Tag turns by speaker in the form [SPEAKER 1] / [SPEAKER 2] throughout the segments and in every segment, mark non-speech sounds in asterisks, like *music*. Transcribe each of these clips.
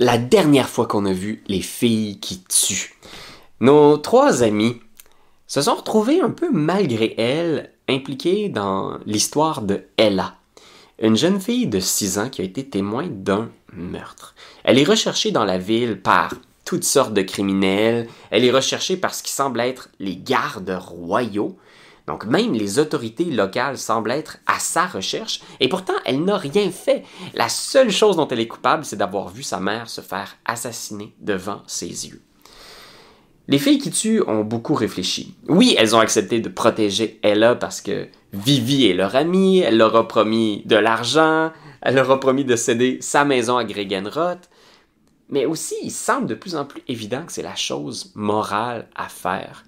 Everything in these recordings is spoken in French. [SPEAKER 1] la dernière fois qu'on a vu les filles qui tuent. Nos trois amis se sont retrouvés un peu malgré elles impliqués dans l'histoire de Ella, une jeune fille de 6 ans qui a été témoin d'un meurtre. Elle est recherchée dans la ville par toutes sortes de criminels, elle est recherchée par ce qui semble être les gardes royaux, donc même les autorités locales semblent être à sa recherche, et pourtant elle n'a rien fait. La seule chose dont elle est coupable, c'est d'avoir vu sa mère se faire assassiner devant ses yeux. Les filles qui tuent ont beaucoup réfléchi. Oui, elles ont accepté de protéger Ella parce que Vivi est leur amie, elle leur a promis de l'argent, elle leur a promis de céder sa maison à Gregenroth, mais aussi il semble de plus en plus évident que c'est la chose morale à faire.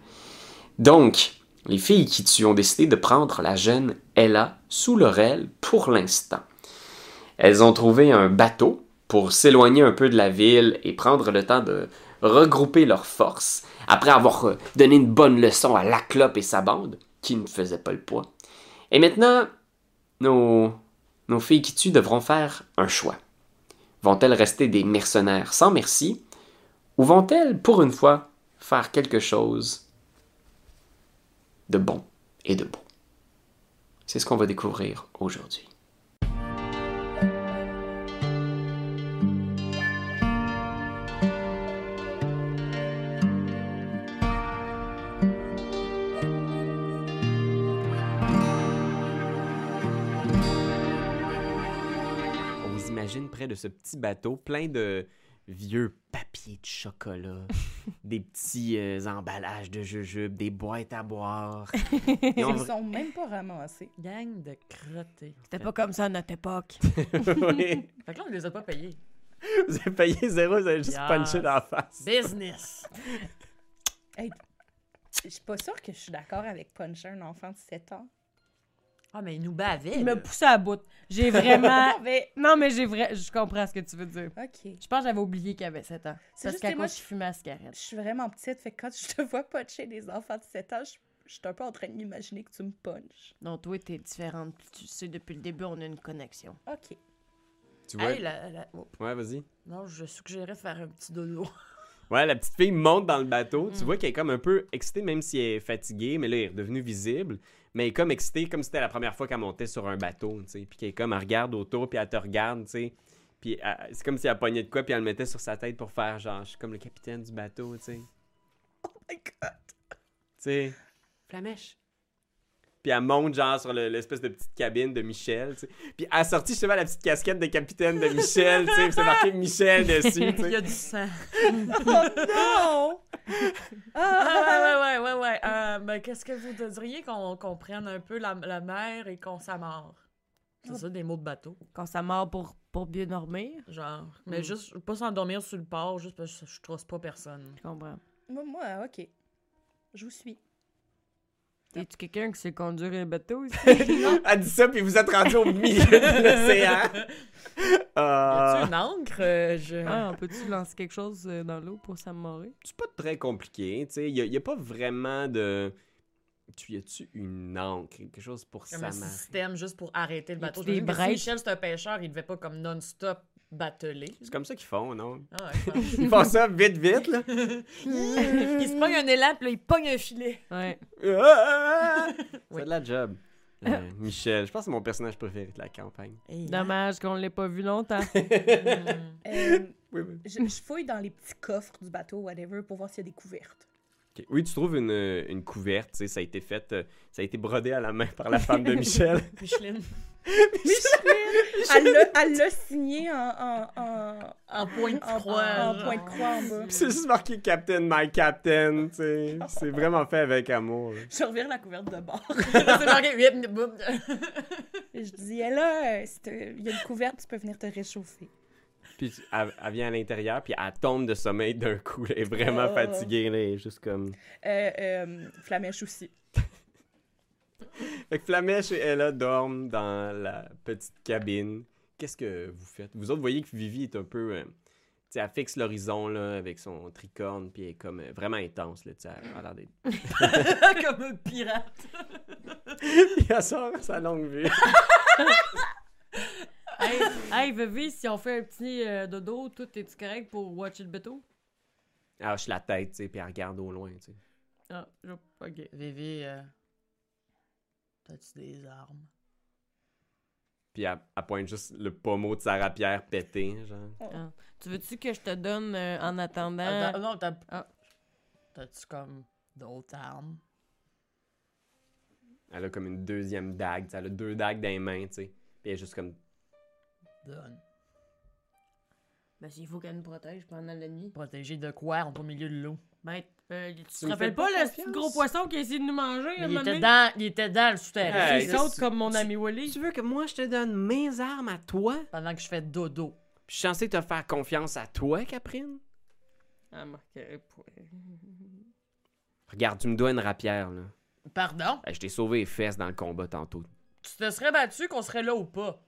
[SPEAKER 1] Donc, les filles qui tuent ont décidé de prendre la jeune Ella sous leur aile pour l'instant. Elles ont trouvé un bateau pour s'éloigner un peu de la ville et prendre le temps de regrouper leurs forces après avoir euh, donné une bonne leçon à la clope et sa bande, qui ne faisait pas le poids. Et maintenant, nos, nos filles qui tuent devront faire un choix. Vont-elles rester des mercenaires sans merci ou vont-elles, pour une fois, faire quelque chose de bon et de beau. C'est ce qu'on va découvrir aujourd'hui. On vous imagine près de ce petit bateau plein de vieux papier de chocolat, des petits euh, emballages de jujubes, des boîtes à boire. Ils ont *laughs*
[SPEAKER 2] Ils sont même pas ramassés.
[SPEAKER 3] Gang de crottés.
[SPEAKER 4] C'était pas comme ça à notre époque.
[SPEAKER 1] Oui.
[SPEAKER 3] Fait que là, on les a pas payés.
[SPEAKER 1] *laughs* Vous avez payé zéro, vous avez juste
[SPEAKER 3] Yes.
[SPEAKER 1] punché dans la face.
[SPEAKER 3] Business!
[SPEAKER 2] Je suis pas sûre que je suis d'accord avec puncher un enfant de 7 ans.
[SPEAKER 3] Ah, mais ils nous bavaient.
[SPEAKER 4] Il
[SPEAKER 3] là.
[SPEAKER 4] m'a poussé à bout. *laughs* J'ai vraiment.
[SPEAKER 2] Non, mais...
[SPEAKER 4] non, mais j'ai vrai. Je comprends ce que tu veux dire.
[SPEAKER 2] OK.
[SPEAKER 4] Je pense que j'avais oublié qu'il avait 7 ans.
[SPEAKER 2] C'est
[SPEAKER 4] Parce
[SPEAKER 2] juste
[SPEAKER 4] qu'à
[SPEAKER 2] que moi,
[SPEAKER 4] cause, je fumais la cigarette.
[SPEAKER 2] Je suis vraiment petite, fait que quand je te vois puncher des enfants de 7 ans, je, je suis un peu en train de m'imaginer que tu me punches.
[SPEAKER 4] Non, toi, t'es différente. Tu sais, depuis le début, on a une *laughs* connexion.
[SPEAKER 2] OK.
[SPEAKER 1] Tu vois?
[SPEAKER 3] Hey, la- la- oh.
[SPEAKER 1] Ouais, vas-y.
[SPEAKER 3] Non, je suggérais de faire un petit *laughs* dodo.
[SPEAKER 1] Ouais, la petite fille monte dans le bateau.
[SPEAKER 3] Mm.
[SPEAKER 1] Tu vois qu'elle est comme un peu excitée, même si elle est fatiguée, mais là, elle est redevenue visible. Mais elle est comme excitée, comme si c'était la première fois qu'elle montait sur un bateau, tu sais. Puis qu'elle est comme, elle regarde autour, puis elle te regarde, tu sais. Puis elle- c'est comme si elle pognait de quoi, puis elle le mettait sur sa tête pour faire genre, je suis comme le capitaine du bateau, tu sais. Tu
[SPEAKER 2] Oh my God.
[SPEAKER 1] sais. *laughs* Flamèche. Puis elle monte genre sur le- l'espèce de petite cabine de Michel, tu sais. Puis elle a sorti justement la petite casquette de capitaine de Michel, tu sais. puis C'est marqué Michel dessus, tu
[SPEAKER 3] *laughs* Il y a
[SPEAKER 1] sais.
[SPEAKER 3] du sang.
[SPEAKER 2] Oh non!
[SPEAKER 3] Ah, ouais, ouais, ouais, ouais, ouais. Euh, ben, qu'est-ce que vous diriez qu'on qu'on prenne un peu la, la mer et qu'on s'amarre? C'est ça, des mots de bateau.
[SPEAKER 4] Quand ça mord pour, pour mieux dormir,
[SPEAKER 3] Genre. Mais
[SPEAKER 4] Mm.
[SPEAKER 3] juste, pas s'endormir sur le port, juste parce que je, je trosse
[SPEAKER 1] *laughs*
[SPEAKER 3] pas personne.
[SPEAKER 4] je comprends.
[SPEAKER 2] Moi, moi, OK. Je vous suis.
[SPEAKER 4] Es-tu quelqu'un qui sait conduire un *laughs* bateau ici?
[SPEAKER 1] Elle dit ça, puis vous êtes rendu au milieu
[SPEAKER 3] *laughs*
[SPEAKER 1] de l'océan.
[SPEAKER 3] Y
[SPEAKER 1] Ah.
[SPEAKER 3] a-tu une ancre? Euh, je-
[SPEAKER 4] Ah, on peut-tu lancer quelque chose euh, dans l'eau pour s'amarrer?
[SPEAKER 1] c'est pas très compliqué, tu sais. Il n'y a, pas vraiment de. Tu y as-tu une encre, quelque chose pour
[SPEAKER 3] Comme un
[SPEAKER 1] s'amarrer?
[SPEAKER 3] système juste pour arrêter le
[SPEAKER 4] Y a-tu
[SPEAKER 3] bateau.
[SPEAKER 4] des
[SPEAKER 3] J'imagine que si
[SPEAKER 4] breaks?
[SPEAKER 3] Michel, c'est un pêcheur, il devait pas comme non-stop bateler.
[SPEAKER 1] C'est comme ça qu'ils font,
[SPEAKER 3] *laughs*
[SPEAKER 1] non?
[SPEAKER 3] Ah, ouais, je pense.
[SPEAKER 1] Ils font ça vite, vite, là.
[SPEAKER 3] il se pogne un élan, puis là, il pogne un filet.
[SPEAKER 4] Ouais. *laughs*
[SPEAKER 1] Ah!
[SPEAKER 3] Oui.
[SPEAKER 1] C'est de la job. Euh, Michel, je pense que c'est mon personnage préféré de la campagne.
[SPEAKER 4] Dommage qu'on l'ait pas vu *laughs* longtemps.
[SPEAKER 2] Euh,
[SPEAKER 1] Oui, oui.
[SPEAKER 2] je, je fouille dans les petits coffres du bateau, whatever, pour voir s'il y a des *laughs* couvertes.
[SPEAKER 1] Ok. Oui, tu trouves une, euh, une couverte, tu sais, ça a été fait, euh, ça a été brodé à la main par la femme de Michel.
[SPEAKER 3] *laughs* Micheline,
[SPEAKER 2] Elle l'a- elle l'a signé en, en, en,
[SPEAKER 3] en point de
[SPEAKER 2] en-
[SPEAKER 3] croix.
[SPEAKER 2] en
[SPEAKER 3] genre.
[SPEAKER 2] point de croix en bas.
[SPEAKER 1] Puis c'est juste marqué Captain, my Captain, tu sais. C'est vraiment fait avec amour. là.
[SPEAKER 2] Je revire la couverte de bord.
[SPEAKER 3] *laughs* C'est marqué, huit, huit, boum.
[SPEAKER 2] Je dis, Eh là, euh, si t'as- il y a une couverte, tu peux venir te réchauffer.
[SPEAKER 1] Puis tu- elle, elle vient à l'intérieur, puis elle tombe de sommeil d'un coup. là. Elle est vraiment
[SPEAKER 2] Oh.
[SPEAKER 1] fatiguée, là. Elle est juste comme...
[SPEAKER 2] Euh, euh, Flamèche aussi.
[SPEAKER 1] Fait que Flamèche et Ella dorment dans la petite cabine. Qu'est-ce que vous faites? Vous autres, voyez que Vivi est un peu... euh, tu sais, elle fixe l'horizon, là, avec son tricorne, puis elle est comme euh, vraiment intense, là, tu sais. Elle a l'air
[SPEAKER 5] *laughs*
[SPEAKER 1] d'être-
[SPEAKER 3] Comme un pirate.
[SPEAKER 1] Puis elle sort sa longue vue.
[SPEAKER 4] hey, hey, Vivi, si on fait un petit euh, dodo, tout est-tu correct pour watcher le bateau?
[SPEAKER 5] *laughs* Elle hoche la tête, tu sais, puis elle regarde au loin, tu sais.
[SPEAKER 4] Ah, je... ok.
[SPEAKER 3] Vivi, euh, t'as-tu des armes?
[SPEAKER 5] Puis elle, elle pointe juste le pommeau de sa rapière pété, genre.
[SPEAKER 4] Tu veux-tu que je te donne euh, en attendant?
[SPEAKER 3] Ah, t'as- non, t'as...
[SPEAKER 4] Ah.
[SPEAKER 3] T'as-tu comme d'autres armes?
[SPEAKER 5] Elle a comme une deuxième dague, tu sais, elle a deux dagues dans les mains, tu sais. Puis elle est juste comme...
[SPEAKER 3] Donne.
[SPEAKER 4] Ben, c'est vous qu'elle nous protège pendant la nuit.
[SPEAKER 3] Protégé de quoi? On est au milieu de l'eau.
[SPEAKER 4] Ben, euh, tu te
[SPEAKER 5] me
[SPEAKER 4] rappelles
[SPEAKER 5] fais
[SPEAKER 4] pas,
[SPEAKER 5] pas
[SPEAKER 4] le petit
[SPEAKER 5] confiance?
[SPEAKER 4] gros poisson qui a essayé de nous manger? à un
[SPEAKER 3] Il
[SPEAKER 4] moment
[SPEAKER 3] était,
[SPEAKER 4] donné?
[SPEAKER 3] dans, il était dans le souterrain.
[SPEAKER 5] Hey,
[SPEAKER 4] Il saute
[SPEAKER 5] tu-
[SPEAKER 4] comme mon
[SPEAKER 5] tu-
[SPEAKER 4] ami Wally.
[SPEAKER 5] veux que moi je te donne mes armes à toi?
[SPEAKER 3] Pendant que je fais dodo.
[SPEAKER 5] Puis je suis censé te faire confiance à toi, Caprine?
[SPEAKER 4] Ah, marqué point.
[SPEAKER 5] Regarde, tu me dois une rapière, là.
[SPEAKER 3] Pardon?
[SPEAKER 5] Hey, je t'ai sauvé les fesses dans le combat tantôt.
[SPEAKER 3] Tu te serais battu qu'on serait là ou pas?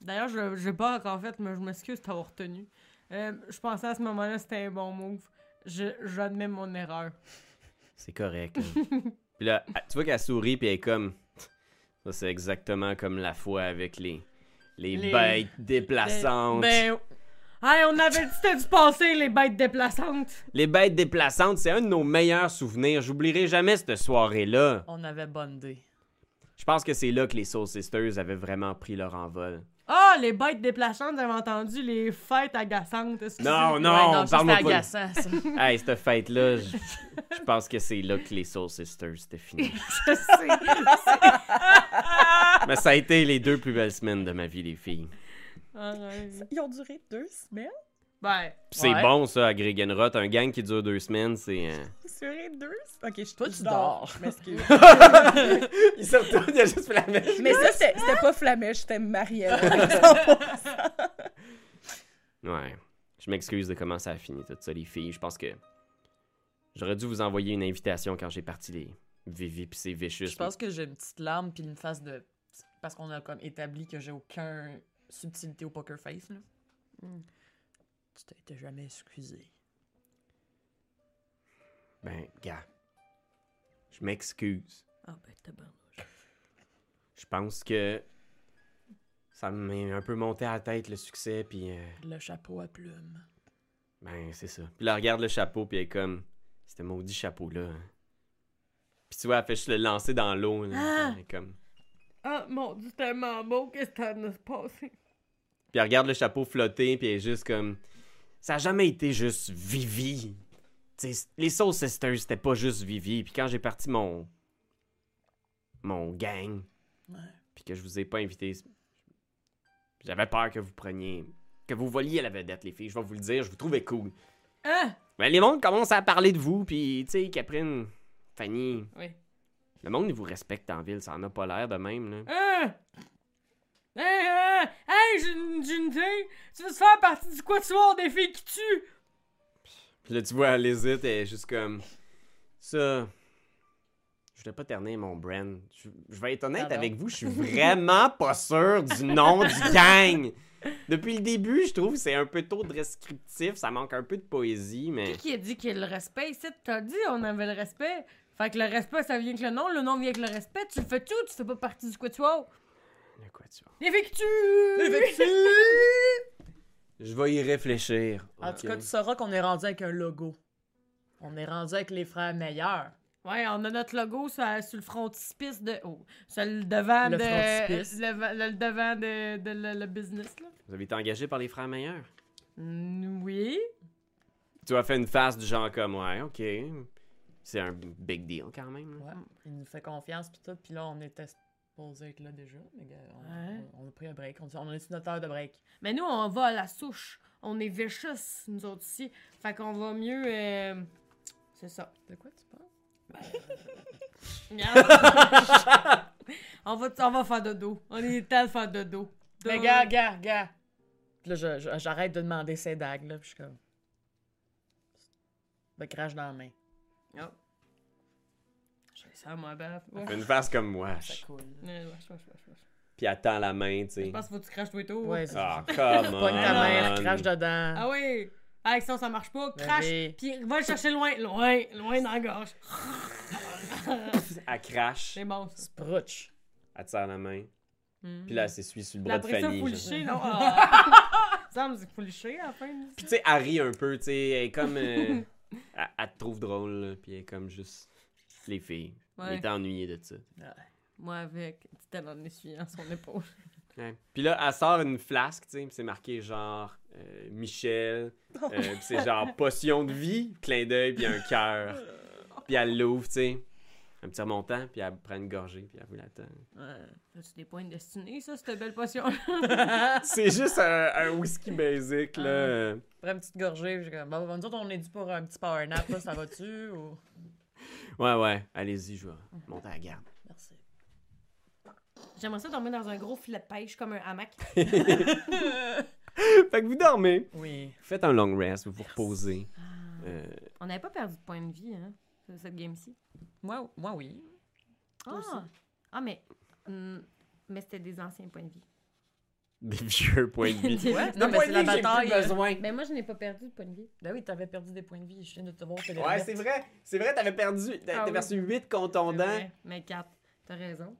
[SPEAKER 4] D'ailleurs, je je l'ai pas encore fait, mais je m'excuse de t'avoir retenu. Euh, je pensais à ce moment-là c'était un bon move. Je- J'admets mon erreur.
[SPEAKER 5] C'est correct. hein. *laughs* puis là, elle- tu vois qu'elle sourit, puis elle est comme... Ça, c'est exactement comme la fois avec les... Les,
[SPEAKER 3] Les-
[SPEAKER 5] bêtes déplaçantes.
[SPEAKER 4] Ben. Hey, on avait dit que c'était du passé, les bêtes déplaçantes.
[SPEAKER 5] Les bêtes déplaçantes, c'est un de nos meilleurs souvenirs. J'oublierai jamais cette soirée-là.
[SPEAKER 3] On avait bondé.
[SPEAKER 5] Je pense que c'est là que les Soul Sisters avaient vraiment pris leur envol.
[SPEAKER 4] Ah, les bêtes déplaçantes, j'avais entendu les fêtes agaçantes. excusez.
[SPEAKER 5] Non, non,
[SPEAKER 3] Ouais, ça,
[SPEAKER 5] parle-moi
[SPEAKER 3] c'était
[SPEAKER 5] pas. de-
[SPEAKER 3] agaçant,
[SPEAKER 5] *laughs*
[SPEAKER 3] ça.
[SPEAKER 5] Hey, cette fête-là, je je pense que c'est là que les Soul Sisters c'était
[SPEAKER 4] *laughs*
[SPEAKER 5] fini.
[SPEAKER 4] Je sais.
[SPEAKER 5] Mais ça a été les deux plus belles semaines de ma vie, les filles.
[SPEAKER 4] Arrête.
[SPEAKER 2] Ils ont duré deux semaines.
[SPEAKER 4] Ah, ben,
[SPEAKER 5] Puis c'est
[SPEAKER 3] Ouais.
[SPEAKER 5] bon, ça, à Gregenrot. Un gang qui dure deux semaines, c'est. euh,
[SPEAKER 2] Ils ont duré deux. Ok, je,
[SPEAKER 3] Toi,
[SPEAKER 2] je
[SPEAKER 3] tu dors.
[SPEAKER 2] Je m'excuse.
[SPEAKER 5] *laughs* Il se retourne, il y a juste la mèche.
[SPEAKER 2] Mais ça, c'était c'était pas Flamèche, c'était Marielle.
[SPEAKER 3] *laughs*
[SPEAKER 5] Ouais. Je m'excuse de comment ça a fini, tout ça, les filles. Je pense que. J'aurais dû vous envoyer une invitation quand j'ai parti les Vivi pis ces Vicious.
[SPEAKER 3] Je pense que j'ai une petite larme puis une face de. Parce qu'on a comme établi que j'ai aucun subtilité au poker face, là.
[SPEAKER 2] Hmm.
[SPEAKER 4] Mm.
[SPEAKER 3] Tu t'étais jamais excusé.
[SPEAKER 5] Ben, gars. Je m'excuse.
[SPEAKER 4] ah ben t'as bon.
[SPEAKER 5] Je pense que ça m'est un peu monté à la tête le succès, puis euh,
[SPEAKER 3] Le chapeau à plumes.
[SPEAKER 5] ben c'est ça. Puis là, elle regarde le chapeau, puis elle est comme, c'était maudit chapeau là. hein. Puis tu vois, elle fait juste le lancer dans l'eau, là,
[SPEAKER 4] Ah!
[SPEAKER 5] elle est comme.
[SPEAKER 4] Ah mon dieu, c'est tellement beau qu'est-ce que t'en as passé.
[SPEAKER 5] Puis elle regarde le chapeau flotter, puis elle est juste comme, ça a jamais été juste Vivi. Tu sais, les Soul Sisters, c'était pas juste Vivi. Puis quand j'ai parti mon mon gang,
[SPEAKER 3] Ouais.
[SPEAKER 5] puis que je vous ai pas invité. J'avais peur que vous preniez, que vous voliez la vedette, les filles. Je vais vous le dire, je vous trouvais cool.
[SPEAKER 4] Ah!
[SPEAKER 5] Mais les mondes commencent à parler de vous, puis tu sais, Caprine, Fanny,
[SPEAKER 4] Oui.
[SPEAKER 5] le monde il vous respecte en ville, ça en a pas l'air de même, là.
[SPEAKER 4] Hein? Hein, hein? Hey, j'ai une j'ai une idée! Tu veux te faire partie du quatuor des filles qui tuent?
[SPEAKER 5] Puis là, tu vois, elle hésite, elle est juste comme. Ça. Je voulais pas terner mon brand. Je, je vais être honnête
[SPEAKER 3] Pardon?
[SPEAKER 5] avec vous, je suis vraiment pas sûr du nom
[SPEAKER 3] *laughs*
[SPEAKER 5] du gang. Depuis le début, je trouve que c'est un peu trop descriptif, ça manque un peu de poésie, mais.
[SPEAKER 4] Qui qui a dit qu'il y a le respect ici? T'as dit on avait le respect. Fait que le respect, ça vient avec le nom, le nom vient avec le respect. Tu le fais-tu ou tu fais pas partie du quatuor?
[SPEAKER 5] Le quatuor.
[SPEAKER 4] Les filles qui tuent!
[SPEAKER 5] Je vais y réfléchir.
[SPEAKER 3] En tout cas, tu sauras qu'on est rendu avec un logo. On est rendu avec les frères meilleurs.
[SPEAKER 4] Ouais, on a notre logo sur, sur le frontispice de... Oh, sur le devant
[SPEAKER 3] Le
[SPEAKER 4] de...
[SPEAKER 3] frontispice.
[SPEAKER 4] Le, le- le devant de, de le, le business, là.
[SPEAKER 5] Vous avez été engagé par les frères Meilleurs?
[SPEAKER 4] Mm, oui.
[SPEAKER 5] Tu as fait une face du genre comme ouais, ok. C'est un big deal quand même. là.
[SPEAKER 3] Ouais. Il nous fait confiance puis tout. Puis là, on était supposé être là déjà. Mais gars, on,
[SPEAKER 4] Ouais.
[SPEAKER 3] on- on a pris un break. On, on a eu notre heure de break.
[SPEAKER 4] Mais nous, on va à la souche. On est vicious, nous autres, ici. Fait qu'on va mieux... euh, C'est *laughs* ça.
[SPEAKER 3] De quoi tu parles?
[SPEAKER 4] on, va, on va faire dodo. On est le temps de faire dodo.
[SPEAKER 3] Mais gars, gars, gars. Puis là, je- je- j'arrête de demander ces dagues, là. Puis je suis comme. Me crache dans la main.
[SPEAKER 4] J'ai ça, moi, bave.
[SPEAKER 5] Elle fait Une face comme ouais.
[SPEAKER 3] Ça coule. là.
[SPEAKER 4] Ouais, ouais, je pense, je pense, je pense.
[SPEAKER 5] Puis elle tend la main, tu
[SPEAKER 4] Je
[SPEAKER 5] sais.
[SPEAKER 4] pense qu'il faut que tu craches tous les tours.
[SPEAKER 3] Ouais, c'est
[SPEAKER 5] Ah,
[SPEAKER 3] ça. *laughs*
[SPEAKER 5] come
[SPEAKER 3] Pogne ta mère,
[SPEAKER 5] on.
[SPEAKER 3] crache dedans.
[SPEAKER 4] Ah oui! Avec ça, ça marche pas. Crache!
[SPEAKER 3] oui.
[SPEAKER 4] Puis va le chercher loin, loin, loin dans la gorge.
[SPEAKER 5] Elle crache.
[SPEAKER 4] C'est bon, ça.
[SPEAKER 3] Sprouch.
[SPEAKER 5] Elle te serre la main.
[SPEAKER 3] Hmm.
[SPEAKER 5] Puis là, elle s'essuie sur le
[SPEAKER 4] Là,
[SPEAKER 5] bras de
[SPEAKER 4] après ça,
[SPEAKER 5] Fanny.
[SPEAKER 4] faut le
[SPEAKER 5] genre.
[SPEAKER 4] chier, *laughs* non? Ah. Ça me dit, faut le chier à la fin. là.
[SPEAKER 5] Puis tu sais, elle rit un peu, tu sais, elle est
[SPEAKER 4] *laughs*
[SPEAKER 5] comme... euh, elle, elle te trouve drôle, là, puis elle est comme juste... Les filles.
[SPEAKER 4] Ouais.
[SPEAKER 5] Elle est ennuyée de ça.
[SPEAKER 4] Moi, avec, c'était en essuyant son épaule.
[SPEAKER 5] Ouais. Puis là, elle sort une flasque, tu sais, puis c'est marqué genre euh, Michel,
[SPEAKER 4] Oh.
[SPEAKER 5] euh, puis c'est
[SPEAKER 4] *laughs*
[SPEAKER 5] genre potion de vie, clin d'œil, puis un cœur. Puis elle l'ouvre, tu sais, un petit remontant, puis elle prend une gorgée, puis elle vous l'attend.
[SPEAKER 4] Ouais. T'as-tu des points de destinée, ça, cette belle potion?
[SPEAKER 5] C'est juste un, un whisky basic, là.
[SPEAKER 4] *laughs* Ah.
[SPEAKER 5] euh,
[SPEAKER 3] Après une petite gorgée, puis j'ai comme, bon, nous autres, on est dû pour un petit power nap, là, ça va-tu? Ou...
[SPEAKER 5] Ouais, ouais, allez-y, je vais monter à la garde.
[SPEAKER 3] Merci.
[SPEAKER 4] J'aimerais ça dormir dans un gros filet de pêche comme un hamac.
[SPEAKER 5] Fait que vous dormez,
[SPEAKER 3] Oui.
[SPEAKER 5] vous faites un long rest, vous vous reposez. Euh,
[SPEAKER 4] Ah. On n'avait pas perdu de points de vie, hein, sur cette game-ci.
[SPEAKER 3] Moi, moi oui.
[SPEAKER 4] Ah! Ah, mais. hum, mais c'était des anciens points de vie.
[SPEAKER 5] des vieux points de
[SPEAKER 4] *laughs*
[SPEAKER 5] vie.
[SPEAKER 4] Des-
[SPEAKER 3] Ouais, non, mais c'est la bataille. euh,
[SPEAKER 5] besoin.
[SPEAKER 4] Ben, moi, je n'ai pas perdu de points de vie.
[SPEAKER 3] Ben oui, t'avais perdu des points de vie, je viens de te voir. te les
[SPEAKER 5] *laughs* Ouais,
[SPEAKER 3] remettre.
[SPEAKER 5] c'est vrai, c'est vrai, t'avais perdu,
[SPEAKER 4] Ah
[SPEAKER 5] t'as
[SPEAKER 4] oui.
[SPEAKER 5] perçu 8
[SPEAKER 4] C'est
[SPEAKER 5] contondants.
[SPEAKER 4] vrai, Mais 4, t'as raison.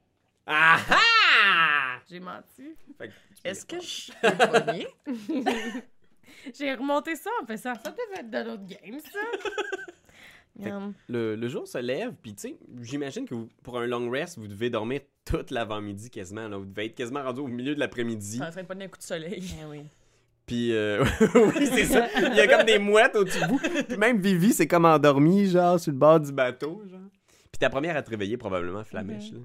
[SPEAKER 5] Ah ah!
[SPEAKER 4] J'ai menti.
[SPEAKER 5] Fait que tu peux
[SPEAKER 3] Est-ce
[SPEAKER 5] y
[SPEAKER 3] que
[SPEAKER 5] répondre.
[SPEAKER 3] je suis poignée?
[SPEAKER 4] J'ai remonté ça en faisant ça. devait être de l'autre game,
[SPEAKER 5] *laughs*
[SPEAKER 4] ça. Miam.
[SPEAKER 5] le, le jour se lève, puis tu sais, j'imagine que vous- pour un long rest, vous devez dormir toute l'avant-midi quasiment. Là. Vous devez être quasiment rendu au milieu de l'après-midi.
[SPEAKER 3] T'es
[SPEAKER 4] Ah.
[SPEAKER 3] en train de pogner un coup de soleil.
[SPEAKER 4] Ben
[SPEAKER 5] *laughs*
[SPEAKER 4] oui.
[SPEAKER 5] Puis, euh, *laughs* oui, c'est ça. Il y a comme des mouettes au-dessus de vous. Puis même Vivi, c'est comme endormie, genre, sur le bord du bateau, genre. Puis ta première à te réveiller, probablement, Flamèche, là.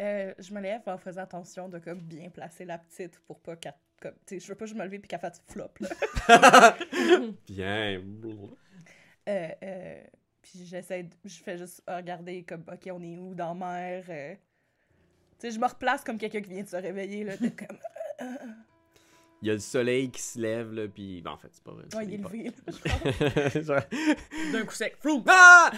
[SPEAKER 2] Euh, je me lève en faisant attention de comme bien placer la petite pour pas qu'elle. Comme, tu sais, je veux pas que je me lève puis qu'elle fasse flop, là.
[SPEAKER 5] Bien.
[SPEAKER 2] Euh, euh, puis j'essaie, de- je fais juste regarder comme, ok, on est où dans mer? euh. Tu sais, je me replace comme quelqu'un qui vient de se réveiller, là, de
[SPEAKER 3] *laughs*
[SPEAKER 2] comme,
[SPEAKER 5] Il y a le soleil qui se lève, là, puis... Ben, en fait, c'est pas vrai. le
[SPEAKER 2] ouais,
[SPEAKER 5] soleil
[SPEAKER 2] il est
[SPEAKER 5] est pas-
[SPEAKER 2] levé, là.
[SPEAKER 5] *laughs* Genre,
[SPEAKER 3] D'un coup sec. Flou!
[SPEAKER 5] Ah!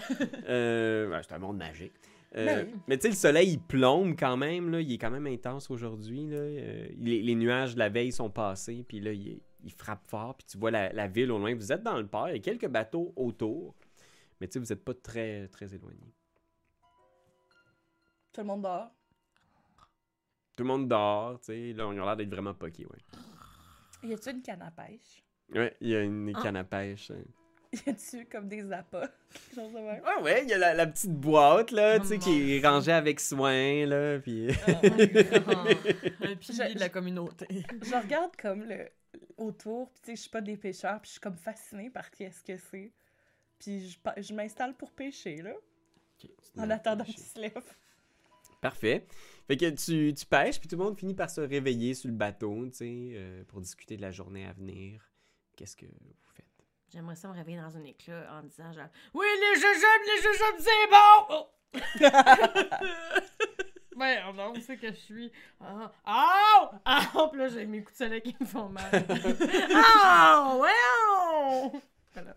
[SPEAKER 5] Euh, ben, c'est un monde magique. Euh,
[SPEAKER 2] Ben oui.
[SPEAKER 5] Mais tu sais, le soleil, il plombe quand même. Là. Il est quand même intense aujourd'hui. là. Euh, les, les nuages de la veille sont passés, puis là, il, il frappe fort, puis tu vois la, la ville au loin. Vous êtes dans le port, il y a quelques bateaux autour, mais tu sais, vous n'êtes pas très, très éloigné.
[SPEAKER 2] Tout le monde dort.
[SPEAKER 5] Tout le monde dort, tu sais. Là, on a l'air d'être vraiment poqués, ouais.
[SPEAKER 2] Y a-tu une canne à pêche?
[SPEAKER 5] Ouais, il y a une
[SPEAKER 4] Ah.
[SPEAKER 5] canne à pêche. hein.
[SPEAKER 2] Y a-tu comme des appâts? *laughs* Quelque chose de même?
[SPEAKER 5] Ah ouais, il y a la, la petite boîte, là, tu sais,
[SPEAKER 4] Oh
[SPEAKER 5] qui
[SPEAKER 4] mon
[SPEAKER 5] est rangée avec soin, là, puis...
[SPEAKER 3] Ah,
[SPEAKER 4] Ah.
[SPEAKER 3] Un pilier de la communauté.
[SPEAKER 2] Je regarde comme le autour, puis tu sais, je suis pas des pêcheurs, puis je suis comme fascinée par qu'est-ce que c'est. Puis je, pa- je m'installe pour pêcher, là,
[SPEAKER 5] Ok, c'est
[SPEAKER 2] en
[SPEAKER 5] la
[SPEAKER 2] attendant
[SPEAKER 5] pêche.
[SPEAKER 2] qu'il se lève.
[SPEAKER 5] Parfait. Fait que tu, tu pêches, puis tout le monde finit par se réveiller sur le bateau, tu sais, euh, pour discuter de la journée à venir. Qu'est-ce
[SPEAKER 2] *laughs*
[SPEAKER 5] que vous faites?
[SPEAKER 4] J'aimerais ça me réveiller dans un éclat en disant genre Oui, les jujubes, les jujubes, c'est bon! Oh! *laughs* Merde, Ben, on sait que je suis. Ah! Oh! Ah! Puis là, j'ai mes coups de soleil qui me font *laughs* mal. Ah! Ouais! oh! Voilà.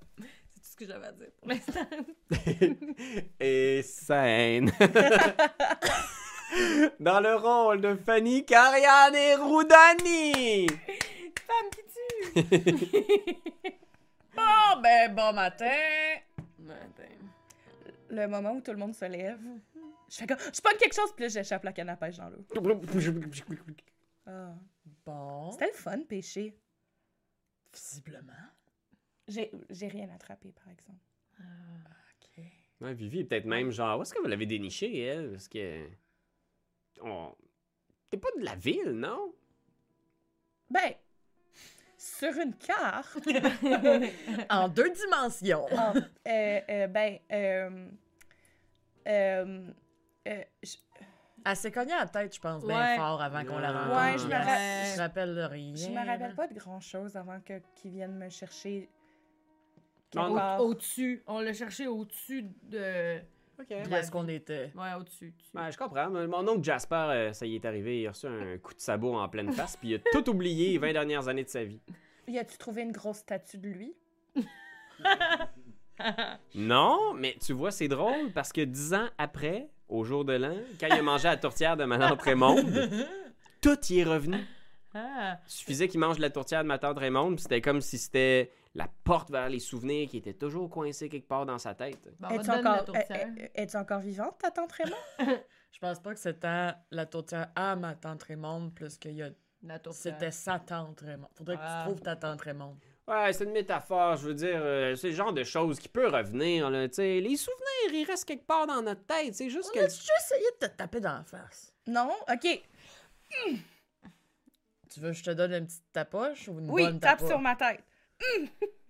[SPEAKER 4] C'est tout ce que j'avais à dire pour l'instant.
[SPEAKER 5] Et scène. *laughs* Dans le rôle de Fanny Carian et Roudani.
[SPEAKER 4] Femme qui tue!
[SPEAKER 3] Bon, ben, bon matin!
[SPEAKER 4] *laughs* Ouais, *laughs* ben,
[SPEAKER 2] Le moment où tout le monde se lève, je fais comme, je pogne quelque chose, puis là, j'échappe la canne à pêche dans l'eau. Ah.
[SPEAKER 3] Bon.
[SPEAKER 2] C'était le fun, pêcher.
[SPEAKER 3] Visiblement.
[SPEAKER 2] J'ai j'ai rien attrapé, par exemple.
[SPEAKER 3] OK.
[SPEAKER 5] Ouais, Vivi est peut-être même genre, où est-ce que vous l'avez déniché, elle? Parce que... On... T'es pas de la ville, non?
[SPEAKER 2] Ben, sur une carte,
[SPEAKER 3] En deux dimensions.
[SPEAKER 2] en- euh, euh, ben, euh, euh, euh, je-
[SPEAKER 3] Elle s'est cognée à la tête, je pense, bien
[SPEAKER 4] Ouais.
[SPEAKER 3] fort avant qu'on la
[SPEAKER 5] Ouais,
[SPEAKER 3] rencontre.
[SPEAKER 2] je me
[SPEAKER 3] Elle
[SPEAKER 2] ra-
[SPEAKER 3] se rappelle de rien.
[SPEAKER 2] je me rappelle
[SPEAKER 3] là.
[SPEAKER 2] pas de grand-chose avant que qu'ils viennent me chercher.
[SPEAKER 5] Non,
[SPEAKER 2] quelque part.
[SPEAKER 4] Au-dessus. On l'a cherché au-dessus de.
[SPEAKER 5] OK.
[SPEAKER 3] Où est-ce qu'on était?
[SPEAKER 4] Ouais, au-dessus. dessus.
[SPEAKER 5] Ouais, je comprends. mais Mon oncle Jasper, euh, ça y est arrivé, il a reçu un coup de sabot en pleine face, puis il *laughs* a tout oublié les 20 dernières années de sa vie.
[SPEAKER 2] Y a-tu trouvé une grosse statue de lui?
[SPEAKER 5] Non, mais tu vois, c'est drôle parce que 10 ans après, au jour de l'an, quand il a mangé la tourtière de ma tante *laughs* Raymonde, tout y est revenu.
[SPEAKER 4] Ah!
[SPEAKER 5] Suffisait qu'il mange la tourtière de ma tante Raymonde, puis c'était comme si c'était la porte vers les souvenirs qui était toujours coincée quelque part dans sa tête.
[SPEAKER 4] Bon, Bah, on va
[SPEAKER 2] Es-tu
[SPEAKER 4] te donner la
[SPEAKER 2] encore, Eh,
[SPEAKER 4] tourtière.
[SPEAKER 2] *laughs* est- est- est-tu encore vivante, ta tante Raymond?
[SPEAKER 3] Je Je pense pas que c'était la tourtière à ma tante Raymond, plus qu'il y a.
[SPEAKER 4] La tour
[SPEAKER 3] C'était sa tante Raymond. Faudrait que
[SPEAKER 4] Ah.
[SPEAKER 3] tu trouves ta tante Raymond.
[SPEAKER 5] Ouais, c'est une métaphore, je veux dire, euh, c'est le genre de choses qui peut revenir, là, tu sais. Les souvenirs, ils restent quelque part dans notre tête, c'est juste que...
[SPEAKER 3] As-tu essayé de te taper dans la face?
[SPEAKER 2] Non? OK.
[SPEAKER 3] Tu veux que je te donne une petite tapoche ou une
[SPEAKER 2] Oui,
[SPEAKER 3] bonne
[SPEAKER 2] tape
[SPEAKER 3] tapoche?
[SPEAKER 2] sur ma tête.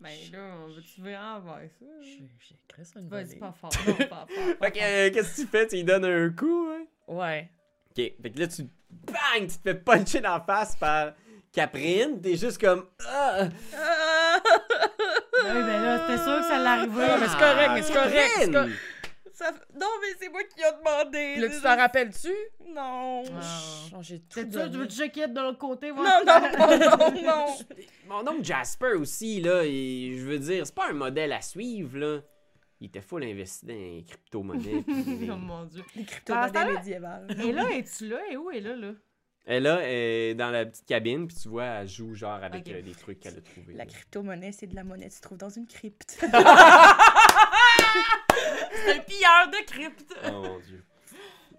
[SPEAKER 4] Ben là, on veut-tu vraiment voir ça?
[SPEAKER 3] J'ai j'ai écrit ça une
[SPEAKER 4] Vas-y,
[SPEAKER 3] volée.
[SPEAKER 4] pas fort. Non, pas fort.
[SPEAKER 5] Fait que, euh, qu'est-ce que tu fais? Tu lui donnes un coup, hein?
[SPEAKER 3] Ouais.
[SPEAKER 5] OK, fait que là, tu... Bang! Tu te fais puncher dans la face par Caprine, t'es juste comme... Ah!
[SPEAKER 2] Ah!
[SPEAKER 4] Ben oui, ben là, c'était sûr que ça l'arrivait.
[SPEAKER 3] Ah, mais c'est correct, mais c'est correct, c'est
[SPEAKER 5] Catherine!
[SPEAKER 2] *laughs* Ça f- Non, mais c'est moi qui a demandé.
[SPEAKER 3] Puis là, tu t'en rappelles-tu?
[SPEAKER 2] Non.
[SPEAKER 3] Oh, j'ai tout
[SPEAKER 4] Ah. C'est sûr, tu veux
[SPEAKER 3] donné.
[SPEAKER 4] te checker de l'autre côté,
[SPEAKER 2] *laughs*
[SPEAKER 4] voir
[SPEAKER 2] Non,
[SPEAKER 4] si-
[SPEAKER 2] non, non, *laughs* non, non.
[SPEAKER 5] Mon oncle Jasper aussi, là, il- je veux dire, c'est pas un modèle à suivre, là. Il était full investi dans les
[SPEAKER 4] *laughs*
[SPEAKER 5] crypto-monnaies. puis les-
[SPEAKER 4] Oh mon *laughs* dieu.
[SPEAKER 2] Des crypto
[SPEAKER 4] Pendant ce temps-là-
[SPEAKER 2] médiévales.
[SPEAKER 4] Et là, es-tu là? Et où est là, là?
[SPEAKER 5] Elle, là, est dans la petite cabine, puis tu vois, elle joue, genre, avec
[SPEAKER 4] Ok.
[SPEAKER 5] euh, des trucs qu'elle a trouvés.
[SPEAKER 2] La
[SPEAKER 5] là.
[SPEAKER 2] crypto-monnaie, c'est de la monnaie que tu trouves dans une crypte.
[SPEAKER 4] C'est le pilleur de crypte!
[SPEAKER 5] Oh mon dieu.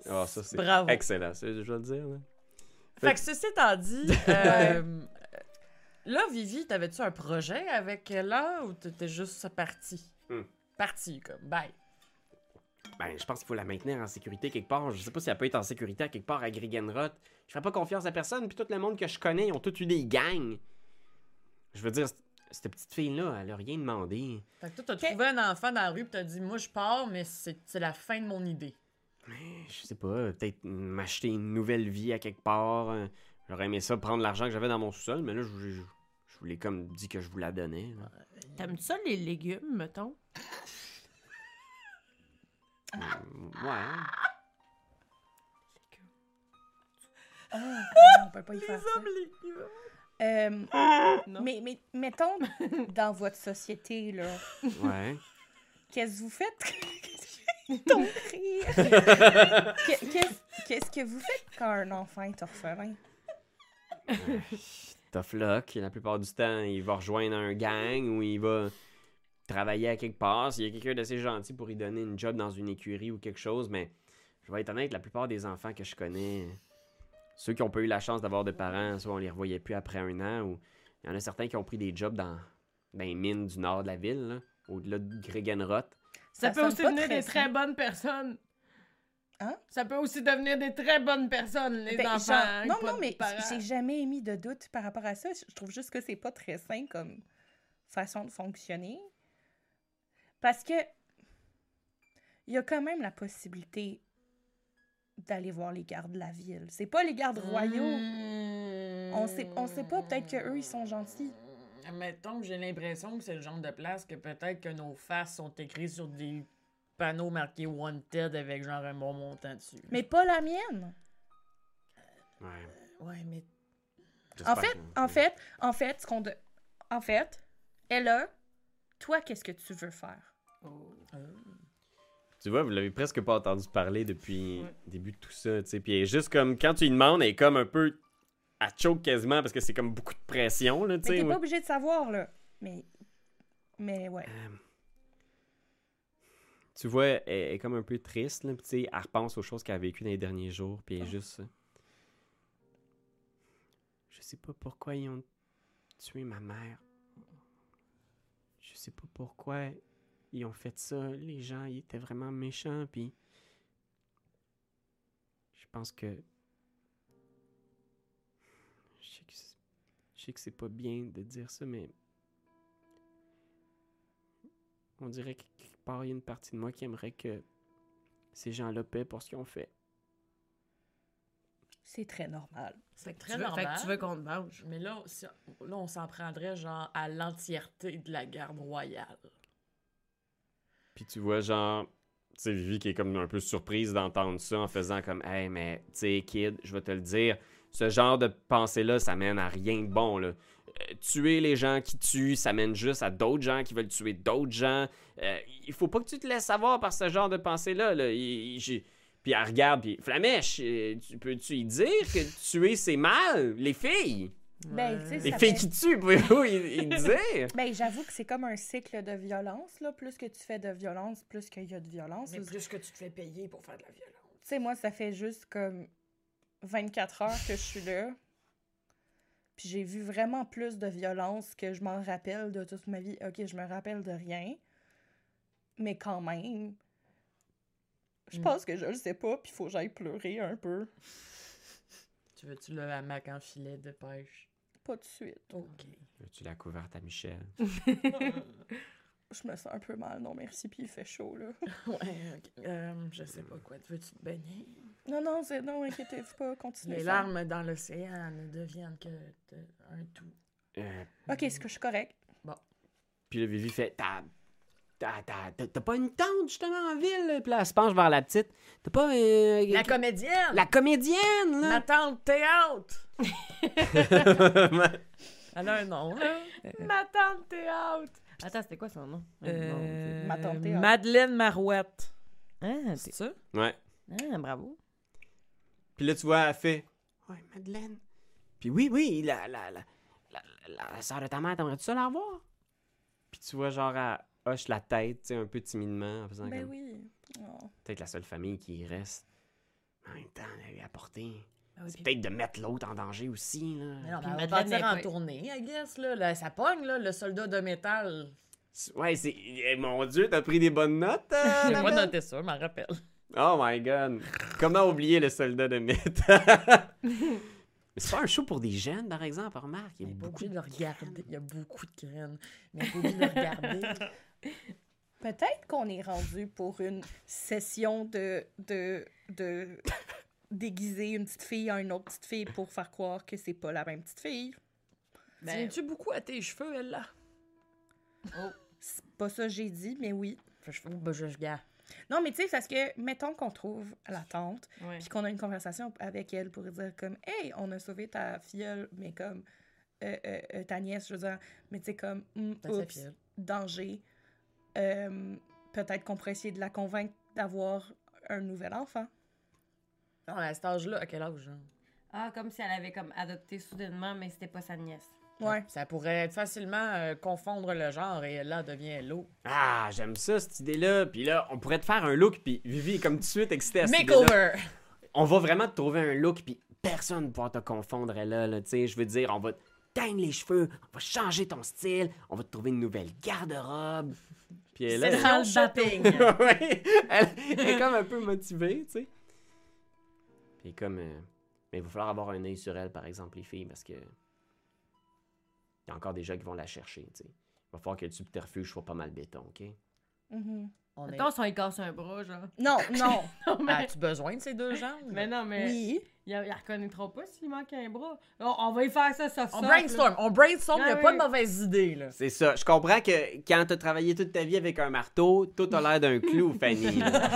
[SPEAKER 5] Ah, ça, c'est
[SPEAKER 3] Bravo.
[SPEAKER 5] excellent, ça, je vais le dire, là.
[SPEAKER 3] *laughs* Fait que ceci étant dit,
[SPEAKER 4] *laughs*
[SPEAKER 3] euh, là, Vivi, t'avais-tu un projet avec là ou t'étais juste partie?
[SPEAKER 5] Hmm.
[SPEAKER 3] Partie, comme, bye.
[SPEAKER 5] Ben, je pense qu'il faut la maintenir en sécurité quelque part. Je sais pas si elle peut être en sécurité à quelque part à Grigenrot. Je ferai pas confiance à personne, puis tout le monde que je connais, ils ont tous eu des gangs. Je veux dire, c- cette petite fille-là, elle a rien demandé.
[SPEAKER 3] Fait que toi, t'as
[SPEAKER 2] Ok.
[SPEAKER 3] trouvé un enfant dans la rue pis t'as dit, moi, je pars, mais c'est c'est la fin de mon idée.
[SPEAKER 5] Je sais pas, peut-être m'acheter une nouvelle vie à quelque part. Euh, J'aurais aimé ça prendre l'argent que j'avais dans mon sous-sol, mais là, je, je, je vous l'ai comme dit que je vous la donnais. là.
[SPEAKER 4] T'aimes-tu ça les légumes, mettons?
[SPEAKER 5] Euh, ouais.
[SPEAKER 2] Ah, *laughs* on peut pas y faire ça.
[SPEAKER 4] légumes!
[SPEAKER 2] Euh,
[SPEAKER 4] Non.
[SPEAKER 2] mais, mais mettons,
[SPEAKER 4] *laughs*
[SPEAKER 2] dans votre société, là,
[SPEAKER 5] Ouais.
[SPEAKER 2] qu'est-ce que vous faites? *laughs* Ton
[SPEAKER 4] *laughs*
[SPEAKER 2] rire! Qu'est- Qu'est-ce qu'est-ce que vous faites quand un enfant est orphelin?
[SPEAKER 5] tough luck. La plupart du temps, il va rejoindre un gang ou il va travailler à quelque part. S'il y a quelqu'un d'assez gentil pour lui donner une job dans une écurie ou quelque chose, mais je vais être honnête, la plupart des enfants que je connais, ceux qui ont pas eu la chance d'avoir de parents, soit on les revoyait plus après un an, ou il y en a certains qui ont pris des jobs dans, dans les mines du nord de la ville, là, au-delà de Gregenroth.
[SPEAKER 4] Ça,
[SPEAKER 2] Ça
[SPEAKER 4] peut
[SPEAKER 2] sonne
[SPEAKER 4] aussi
[SPEAKER 2] pas
[SPEAKER 4] devenir
[SPEAKER 2] très
[SPEAKER 4] des très
[SPEAKER 2] sain.
[SPEAKER 4] bonnes personnes.
[SPEAKER 2] Hein?
[SPEAKER 4] Ça peut aussi devenir des très bonnes personnes, les
[SPEAKER 2] Ben,
[SPEAKER 4] enfants.
[SPEAKER 2] genre-
[SPEAKER 4] hein,
[SPEAKER 2] non,
[SPEAKER 4] qui
[SPEAKER 2] non,
[SPEAKER 4] pas de
[SPEAKER 2] mais
[SPEAKER 4] parents.
[SPEAKER 2] j'ai jamais émis de doute par rapport à ça. Je trouve juste que c'est pas très sain comme façon de fonctionner. Parce que il y a quand même la possibilité d'aller voir les gardes de la ville. C'est pas les gardes royaux.
[SPEAKER 4] Hmm.
[SPEAKER 3] Hmm.
[SPEAKER 2] On sait- on sait pas, peut-être que eux, ils sont gentils.
[SPEAKER 3] Mettons que j'ai l'impression que c'est le genre de place que peut-être que nos faces sont écrites sur des panneaux marqués Wanted avec genre un bon montant dessus.
[SPEAKER 2] Mais pas la mienne.
[SPEAKER 5] Ouais.
[SPEAKER 3] Ouais, mais.
[SPEAKER 5] j'espère
[SPEAKER 2] En fait,
[SPEAKER 5] que-
[SPEAKER 2] en fait, en fait, ce qu'on de- en fait, Ella, toi, qu'est-ce que tu veux faire?
[SPEAKER 5] Tu vois, vous l'avez presque pas entendu parler depuis
[SPEAKER 4] Ouais.
[SPEAKER 5] le début de tout ça, tu sais. Puis elle est juste comme, quand tu lui demandes, elle est comme un peu à choke quasiment parce que c'est comme beaucoup de pression, là, tu
[SPEAKER 2] Mais
[SPEAKER 5] sais.
[SPEAKER 2] t'es
[SPEAKER 5] ouais.
[SPEAKER 2] pas obligé de savoir, là. Mais, mais ouais.
[SPEAKER 5] Tu vois, elle elle est comme un peu triste, là, puis tu sais, elle repense aux choses qu'elle a vécues dans les derniers jours, puis elle est juste. euh, Je sais pas pourquoi ils ont tué ma mère. Je sais pas pourquoi ils ont fait ça. Les gens, ils étaient vraiment méchants, puis. Je pense que. Je sais que c'est- je sais que c'est pas bien de dire ça, mais. On dirait que quelque part, il y a une partie de moi qui aimerait que ces gens-là paient pour ce qu'ils ont fait.
[SPEAKER 2] C'est très normal.
[SPEAKER 3] C'est
[SPEAKER 4] Tu veux- Fait que tu veux qu'on te mange.
[SPEAKER 3] Mais là, si- là, on s'en prendrait genre à l'entièreté de la garde royale.
[SPEAKER 5] Puis tu vois, genre, tu sais, Vivi qui est comme un peu surprise d'entendre ça en faisant comme, hey, mais tu sais, kid, je vais te le dire, ce genre de pensée-là, ça mène à rien de bon, là. Euh, Tuer les gens qui tuent, ça mène juste à d'autres gens qui veulent tuer d'autres gens. Euh, il faut pas que tu te laisses avoir par ce genre de pensée-là. Là. Il- il- j'ai- Puis elle regarde, puis Flamèche, euh, tu peux-tu y dire que tuer c'est mal? Les filles!
[SPEAKER 2] Ben, tu sais,
[SPEAKER 5] Les
[SPEAKER 2] Ça
[SPEAKER 5] filles
[SPEAKER 2] fait-
[SPEAKER 5] qui tuent, pouvez-vous y- y dire?
[SPEAKER 2] Ben, j'avoue que c'est comme un cycle de violence, là. Plus que tu fais de violence, plus qu'il y a de violence.
[SPEAKER 3] plus que tu te fais payer pour faire de la violence.
[SPEAKER 2] Tu sais, moi, ça fait juste comme 24 heures que je suis là. Puis j'ai vu vraiment plus de violence que je m'en rappelle de toute ma vie. OK, je me rappelle de rien. Mais quand même, je
[SPEAKER 3] Mm.
[SPEAKER 2] pense que je le sais pas, puis il faut que j'aille pleurer un peu.
[SPEAKER 3] Tu veux-tu le hamac en filet de pêche?
[SPEAKER 2] Pas de suite.
[SPEAKER 3] OK.
[SPEAKER 5] Tu l'as couverte à Michel.
[SPEAKER 2] Je me sens un peu mal, non merci, puis il fait chaud, là.
[SPEAKER 3] *laughs* ouais, ok. Euh, je sais pas quoi. Veux-tu te baigner?
[SPEAKER 2] Non, non, c'est... Non, inquiétez-vous pas, continuez.
[SPEAKER 3] Les
[SPEAKER 2] ça.
[SPEAKER 3] larmes dans l'océan ne deviennent que de- un tout.
[SPEAKER 5] Euh,
[SPEAKER 2] OK, est-ce que je suis correcte?
[SPEAKER 5] Puis le Vivi fait T'as t'as- t'as- t'as- t'as pas une tante justement en ville? Puis là, elle se penche vers la petite. T'as pas. euh,
[SPEAKER 3] La comédienne!
[SPEAKER 5] la comédienne,
[SPEAKER 3] Ma
[SPEAKER 5] là!
[SPEAKER 3] tante
[SPEAKER 5] *laughs*
[SPEAKER 3] théâtre! Elle a un nom, là.
[SPEAKER 4] Ma tante théâtre! Attends, c'était quoi son nom?
[SPEAKER 3] Euh,
[SPEAKER 2] Ma tante théâtre.
[SPEAKER 3] Madeleine Marouette.
[SPEAKER 4] Ah,
[SPEAKER 3] C'est ça?
[SPEAKER 5] ouais.
[SPEAKER 4] ah, bravo.
[SPEAKER 5] Puis là, tu vois, elle fait Ouais, Madeleine. Puis oui, oui, la, la, la, la, la- la sœur de ta mère, t'aimerais-tu ça la voir? Puis tu vois, genre, elle hoche la tête, tu sais, un peu timidement, en faisant
[SPEAKER 2] Ben
[SPEAKER 5] comme
[SPEAKER 2] oui. Oh.
[SPEAKER 5] peut-être la seule famille qui y reste. En même temps, elle a eu à porter.
[SPEAKER 4] oui,
[SPEAKER 5] C'est peut-être de mettre l'autre en danger aussi,
[SPEAKER 3] Ben Mais
[SPEAKER 5] là.
[SPEAKER 3] non,
[SPEAKER 4] Puis
[SPEAKER 3] mais elle va
[SPEAKER 4] Madeleine
[SPEAKER 3] partir
[SPEAKER 4] est
[SPEAKER 3] en
[SPEAKER 4] pas-
[SPEAKER 3] tournée, I guess, là. Là, Ça pogne, là, le soldat de métal.
[SPEAKER 5] C'est- Ouais, c'est. eh, Mon Dieu, t'as pris des bonnes notes,
[SPEAKER 3] *laughs*
[SPEAKER 5] euh,
[SPEAKER 3] Moi,
[SPEAKER 5] Madeleine?
[SPEAKER 3] noté ça, je m'en rappelle.
[SPEAKER 5] Oh my god. Comment oublier le soldat de métal? *laughs* Mais c'est pas un show pour des jeunes, par exemple, remarque. Il y a
[SPEAKER 3] Il Ben, pas
[SPEAKER 5] beaucoup
[SPEAKER 3] obligé de le regarder. Il y a beaucoup de graines. Mais pas obligé de le regarder.
[SPEAKER 2] Peut-être qu'on est rendu pour une session de, de, de déguiser une petite fille en une autre petite fille pour faire croire que c'est pas la même petite fille.
[SPEAKER 3] Ben,
[SPEAKER 4] tu beaucoup à tes cheveux, elle, là?
[SPEAKER 2] C'est pas ça que j'ai dit, mais oui.
[SPEAKER 3] je fais, ben, je, je regarde.
[SPEAKER 2] Non, mais tu sais, parce que, mettons qu'on trouve la tante,
[SPEAKER 4] Ouais.
[SPEAKER 2] puis qu'on a une conversation avec elle pour dire comme, « Hey, on a sauvé ta filleule, mais comme, euh, euh, euh, ta nièce, je veux dire, mais tu sais, comme, hmm,
[SPEAKER 3] Ça, ça
[SPEAKER 2] oups,
[SPEAKER 3] file.
[SPEAKER 2] danger. Euh, Peut-être qu'on pourrait essayer de la convaincre d'avoir un nouvel enfant.
[SPEAKER 3] Non, à cet âge-là, à quel âge? hein? genre?
[SPEAKER 4] Ah, comme si elle avait comme adopté soudainement, mais c'était pas sa nièce. »
[SPEAKER 2] Ouais.
[SPEAKER 3] Ça pourrait être facilement euh, confondre le genre et là devient l'eau.
[SPEAKER 5] Ah, j'aime ça, cette idée-là. Puis là, on pourrait te faire un look, puis Vivi est comme tout de suite excitée à cette
[SPEAKER 4] *laughs*
[SPEAKER 5] idée-là.
[SPEAKER 3] Makeover!
[SPEAKER 5] On va vraiment te trouver un look, puis personne ne pourra te confondre, là, là, tu sais. Je veux dire, on va te teindre les cheveux, on va changer ton style, on va te trouver une nouvelle garde-robe. Puis elle,
[SPEAKER 3] C'est
[SPEAKER 5] elle,
[SPEAKER 3] dans le
[SPEAKER 4] shopping. *laughs*
[SPEAKER 3] shopping.
[SPEAKER 5] Ouais, *laughs* elle- elle est comme un peu motivée, tu sais. Puis comme... euh, Mais il va falloir avoir un œil sur elle, par exemple, les filles, parce que... Il y a encore des gens qui vont la chercher, tu sais. Il va falloir que le subterfuge soit pas mal béton, OK?
[SPEAKER 2] Mhm.
[SPEAKER 3] On est...
[SPEAKER 4] Mettons, si on lui casse un bras, genre.
[SPEAKER 2] Non, *laughs* non.
[SPEAKER 4] Non, Ah, mais...
[SPEAKER 3] As-tu besoin de ces deux jambes?
[SPEAKER 4] *laughs* mais non, mais
[SPEAKER 2] oui.
[SPEAKER 4] ils, ils la reconnaîtront pas s'il manque un bras. On, on va y faire ça, sauf
[SPEAKER 3] On
[SPEAKER 4] ça.
[SPEAKER 3] brainstorm, on brainstorm, il n'y a
[SPEAKER 4] Ah
[SPEAKER 3] pas
[SPEAKER 4] oui.
[SPEAKER 3] de mauvaise idée, là.
[SPEAKER 5] C'est ça. Je comprends que quand t'as travaillé toute ta vie avec un marteau, tout a l'air d'un clou, Fanny. là.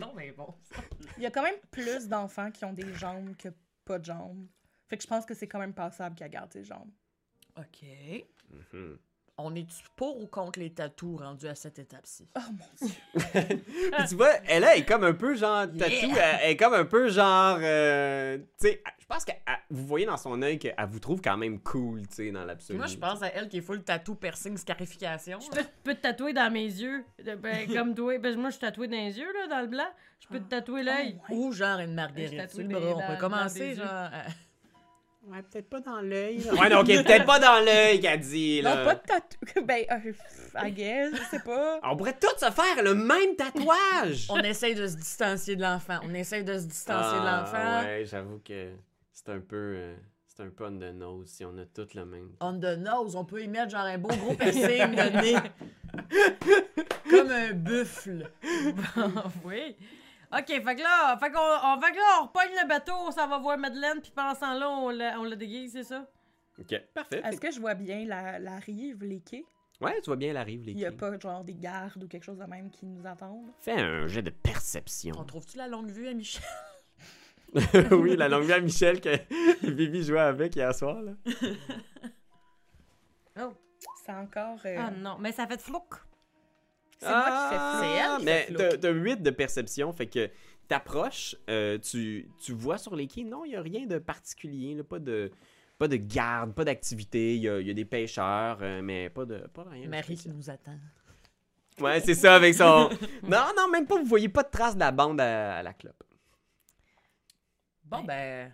[SPEAKER 3] Non, mais bon.
[SPEAKER 2] Il y a quand même plus d'enfants qui ont des jambes que pas de jambes. Fait que je pense que c'est quand même passable qu'elle garde ses jambes.
[SPEAKER 3] OK.
[SPEAKER 5] Mhm.
[SPEAKER 3] On est-tu pour ou contre les tatous rendus à cette étape-ci?
[SPEAKER 2] Oh mon dieu.
[SPEAKER 5] Puis tu vois, elle là, est comme un peu genre tatou, elle- elle est comme un peu genre, euh, tu sais, je pense que elle- vous voyez dans son œil qu'elle vous trouve quand même cool, tu sais, dans l'absolu.
[SPEAKER 3] Moi, je pense à elle qui est full tatou, piercing, scarification.
[SPEAKER 4] Je peux, peux te tatouer dans mes yeux, de- ben, *laughs* comme toi. Ben, moi, je suis tatouée dans les yeux, là, dans le blanc. Je peux te
[SPEAKER 3] *laughs*
[SPEAKER 4] tatouer l'œil.
[SPEAKER 3] Oh, Ou genre une
[SPEAKER 4] Je
[SPEAKER 3] marguerite
[SPEAKER 4] tatoue
[SPEAKER 3] sur le
[SPEAKER 4] des-
[SPEAKER 3] bras.
[SPEAKER 4] dans-
[SPEAKER 3] On peut
[SPEAKER 4] dans des
[SPEAKER 3] commencer,
[SPEAKER 4] yeux.
[SPEAKER 3] genre...
[SPEAKER 4] *laughs*
[SPEAKER 3] à-
[SPEAKER 5] Ouais, peut-être pas dans l'œil. Ouais, donc, est peut-être pas dans l'œil qu'elle dit,
[SPEAKER 2] Non,
[SPEAKER 5] là.
[SPEAKER 2] pas de tatou. *laughs* Ben, euh, I guess, je sais pas.
[SPEAKER 5] On pourrait tous se faire le même tatouage!
[SPEAKER 3] On essaye de se distancier de l'enfant. On essaye de se distancier de l'enfant.
[SPEAKER 5] Ah, Ouais, j'avoue que c'est un peu, euh, c'est un peu on the nose si on a tous le même.
[SPEAKER 3] On the nose, on peut y mettre genre un beau gros piercing de *laughs* nez. Comme un buffle.
[SPEAKER 4] oui. OK, fait que là, fait qu'on, on, fait que là, on repogne le bateau, ça va voir Madeleine, puis pendant ce temps-là, on la, on la déguise, c'est ça?
[SPEAKER 5] Ok, parfait.
[SPEAKER 3] Euh,
[SPEAKER 2] Est-ce que je vois bien la, la rive, les quais?
[SPEAKER 5] Ouais, tu vois bien, elle arrive, les
[SPEAKER 2] Il y a
[SPEAKER 5] filles.
[SPEAKER 2] pas genre des gardes ou quelque chose de même qui nous attendent?
[SPEAKER 5] Fais un jet de
[SPEAKER 3] On
[SPEAKER 5] perception.
[SPEAKER 3] trouve-tu la longue vue à Michel?
[SPEAKER 5] *laughs* oui, la longue vie à Michel que *laughs* Bibi jouait avec hier soir, là.
[SPEAKER 2] C'est encore. euh,
[SPEAKER 4] Ah non, mais ça fait de flouc.
[SPEAKER 2] C'est moi qui fais ça.
[SPEAKER 3] C'est elle qui
[SPEAKER 5] Ah! mais
[SPEAKER 3] fait flou.
[SPEAKER 5] t'as- t'as 8 de perception, fait que t'approches, euh, tu, tu vois sur les quais, non, il n'y a rien de particulier, là, pas de pas de garde, pas d'activité, il y, a- il y a des pêcheurs, euh, mais pas de pas rien. de
[SPEAKER 3] Marie qui
[SPEAKER 5] spécial.
[SPEAKER 3] nous attend.
[SPEAKER 5] Ouais, c'est ça, avec son. *laughs* Non, non, même pas, vous voyez pas de trace de la bande à, à la clope.
[SPEAKER 3] Bon, ben,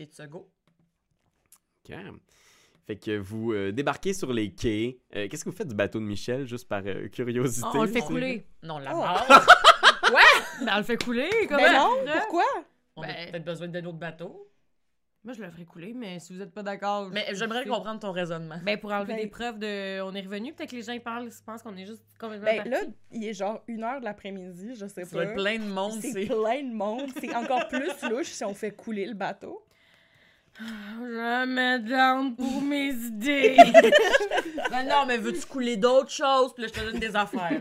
[SPEAKER 3] it's a go.
[SPEAKER 5] OK. Fait que vous euh, débarquez sur les quais. Euh, Qu'est-ce que vous faites du bateau de Michel, juste par euh, curiosité?
[SPEAKER 4] Oh, on le fait
[SPEAKER 3] on-
[SPEAKER 4] couler.
[SPEAKER 3] Non, la
[SPEAKER 2] Oh. *laughs*
[SPEAKER 3] base.
[SPEAKER 4] Ben, on le fait couler. Comment?
[SPEAKER 2] Mais non,
[SPEAKER 4] Hein?
[SPEAKER 2] pourquoi?
[SPEAKER 3] On a
[SPEAKER 4] Ben-
[SPEAKER 3] peut-être besoin d'un autre bateau.
[SPEAKER 4] Moi, je le ferai couler, mais si vous n'êtes pas d'accord.
[SPEAKER 3] Mais j'aimerais
[SPEAKER 4] je-
[SPEAKER 3] comprendre ton raisonnement.
[SPEAKER 4] Ben, pour enlever
[SPEAKER 2] Ben-
[SPEAKER 4] des preuves de. On est revenu, peut-être que les gens ils parlent, ils pensent qu'on est juste complètement.
[SPEAKER 2] Ben
[SPEAKER 4] partis.
[SPEAKER 2] là, il est genre une heure de l'après-midi, je sais
[SPEAKER 3] Ça doit
[SPEAKER 2] pas.
[SPEAKER 3] être plein de monde,
[SPEAKER 2] C'est
[SPEAKER 3] c'est.
[SPEAKER 2] plein de monde. C'est encore plus louche si on fait couler le bateau.
[SPEAKER 4] Je me down *laughs* pour mes idées.
[SPEAKER 3] Ben non, mais veux-tu couler d'autres choses? Puis là, je te donne des *laughs* affaires.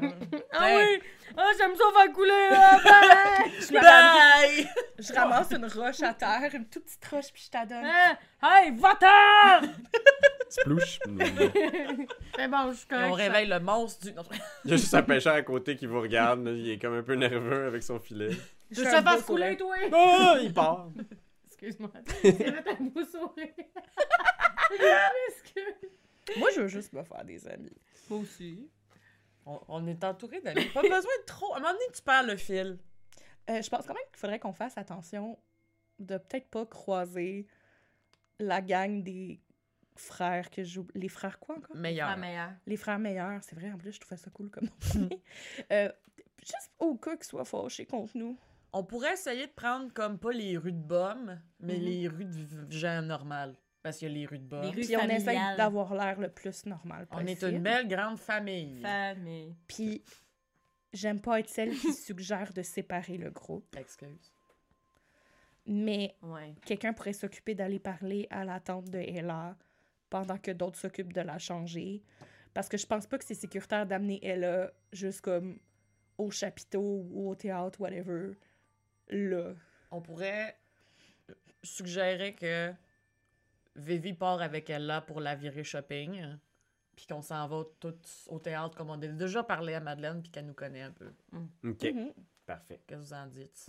[SPEAKER 4] ah
[SPEAKER 3] Ben.
[SPEAKER 4] oui! Ah, j'aime ça faire couler, là! *laughs* Ben!
[SPEAKER 2] Je, me ram-
[SPEAKER 3] Bye!
[SPEAKER 2] je ramasse une roche à terre, une toute petite roche, puis je t'adonne.
[SPEAKER 4] Hein? Hey, va-t'en!
[SPEAKER 5] Splouche.
[SPEAKER 4] Mais bon, je suis
[SPEAKER 3] Et
[SPEAKER 4] correct.
[SPEAKER 3] on réveille le monstre du. Non,
[SPEAKER 5] Il y a juste un pêcheur à côté qui vous regarde. là, Il est comme un peu nerveux avec son filet.
[SPEAKER 4] Je
[SPEAKER 2] Je
[SPEAKER 4] te
[SPEAKER 2] fais un beau
[SPEAKER 4] fasse couler,
[SPEAKER 2] sourire.
[SPEAKER 4] toi!
[SPEAKER 5] Ah, il part.
[SPEAKER 4] *laughs* Excuse-moi. C'est là ta beau sourire. Excuse.
[SPEAKER 2] Moi, je veux juste me faire des amis.
[SPEAKER 4] Moi aussi.
[SPEAKER 3] on, on est entouré d'amis. Pas besoin de trop. À un moment donné, tu perds le fil.
[SPEAKER 2] Euh, je pense quand même qu'il faudrait qu'on fasse attention de peut-être pas croiser la gang des frères que j'oublie. Les frères quoi encore?
[SPEAKER 3] Meilleur.
[SPEAKER 4] meilleure.
[SPEAKER 2] Les frères meilleurs, c'est vrai, en plus, je trouvais ça cool comme
[SPEAKER 3] Mm.
[SPEAKER 2] nom. *laughs* Euh, juste au cas qu'ils soient fâchés contre nous.
[SPEAKER 3] On pourrait essayer de prendre comme pas les rues de bombe, mais
[SPEAKER 4] Mhm.
[SPEAKER 3] les rues de v- gens normales. Parce qu'il y a les rues de
[SPEAKER 4] Les
[SPEAKER 3] bombe.
[SPEAKER 4] rues- Plus
[SPEAKER 2] Puis on essaye
[SPEAKER 4] familial.
[SPEAKER 2] d'avoir l'air le plus normal
[SPEAKER 3] On
[SPEAKER 2] possible.
[SPEAKER 3] est une belle grande famille.
[SPEAKER 4] Famille.
[SPEAKER 2] Puis j'aime pas être celle
[SPEAKER 3] *laughs*
[SPEAKER 2] qui suggère de séparer le groupe,
[SPEAKER 3] Excuse.
[SPEAKER 2] mais
[SPEAKER 4] Ouais.
[SPEAKER 2] quelqu'un pourrait s'occuper d'aller parler à la tante de Ella pendant que d'autres s'occupent de la changer. Parce que je pense pas que c'est sécuritaire d'amener Ella juste comme au chapiteau ou au théâtre, whatever. Là.
[SPEAKER 3] On pourrait suggérer que Vivi part avec Ella pour la virer shopping, puis qu'on s'en va tous au théâtre comme on a déjà parlé à Madeleine, puis qu'elle nous connaît un peu.
[SPEAKER 5] OK,
[SPEAKER 2] Mhm.
[SPEAKER 5] parfait.
[SPEAKER 3] Qu'est-ce que vous en dites?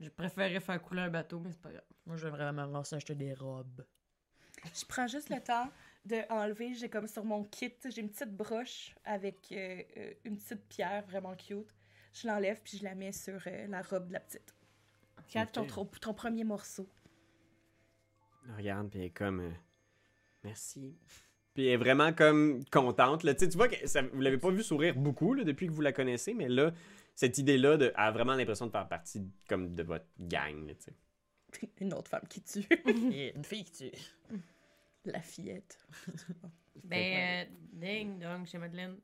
[SPEAKER 4] Je préférais Mm-hmm. faire couler un bateau, mais c'est pas grave.
[SPEAKER 3] Moi, j'aimerais vraiment voir ça acheter des robes.
[SPEAKER 4] *laughs*
[SPEAKER 2] Je prends juste le temps de enlever, j'ai comme sur mon kit, j'ai une petite broche avec euh, euh, une petite pierre vraiment cute. Je l'enlève puis je la mets sur euh, la robe de la petite. Regarde ton,
[SPEAKER 5] Ok.
[SPEAKER 2] tro- ton premier morceau. *laughs*
[SPEAKER 5] Elle regarde, puis elle est comme... euh, Merci. Puis elle est vraiment comme contente. Là. Tu sais, tu vois que ça- vous l'avez pas vu sourire beaucoup là, depuis que vous la connaissez, mais là, cette idée-là, de... elle a vraiment l'impression de faire partie comme de votre gang. Là, tu sais.
[SPEAKER 2] Une autre femme qui tue. *laughs*
[SPEAKER 4] Mhm.
[SPEAKER 3] Et une fille qui tue.
[SPEAKER 2] la fillette.
[SPEAKER 4] Ben, euh, ding dong chez Madeleine.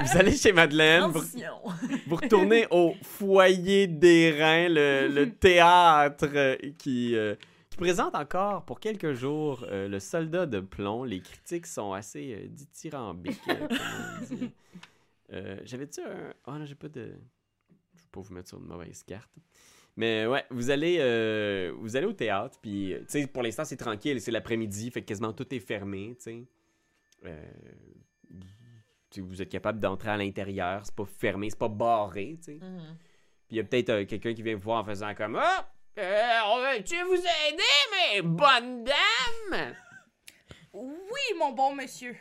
[SPEAKER 5] Vous allez chez Madeleine, vous,
[SPEAKER 3] Transition!
[SPEAKER 5] vous retournez au foyer des reins, le, le théâtre euh, qui, euh, qui présente encore pour quelques jours euh, le soldat de plomb. Les critiques sont assez euh, dithyrambiques. euh, comme on dit. Euh, J'avais-tu un. Ah non, j'ai pas de. Je vais pas vous mettre sur une mauvaise carte. Mais ouais, vous allez, euh, vous allez au théâtre, puis euh, tu sais, pour l'instant c'est tranquille, c'est l'après-midi, fait que quasiment tout est fermé, tu sais. Euh, tu sais, vous êtes capable d'entrer à l'intérieur, c'est pas fermé, c'est pas barré, tu sais.
[SPEAKER 3] Mhm.
[SPEAKER 5] Puis il y a peut-être euh, quelqu'un qui vient vous voir en faisant comme Ah! euh, on veut-tu vous aider, mais bonne dame!
[SPEAKER 2] Oui, mon bon monsieur.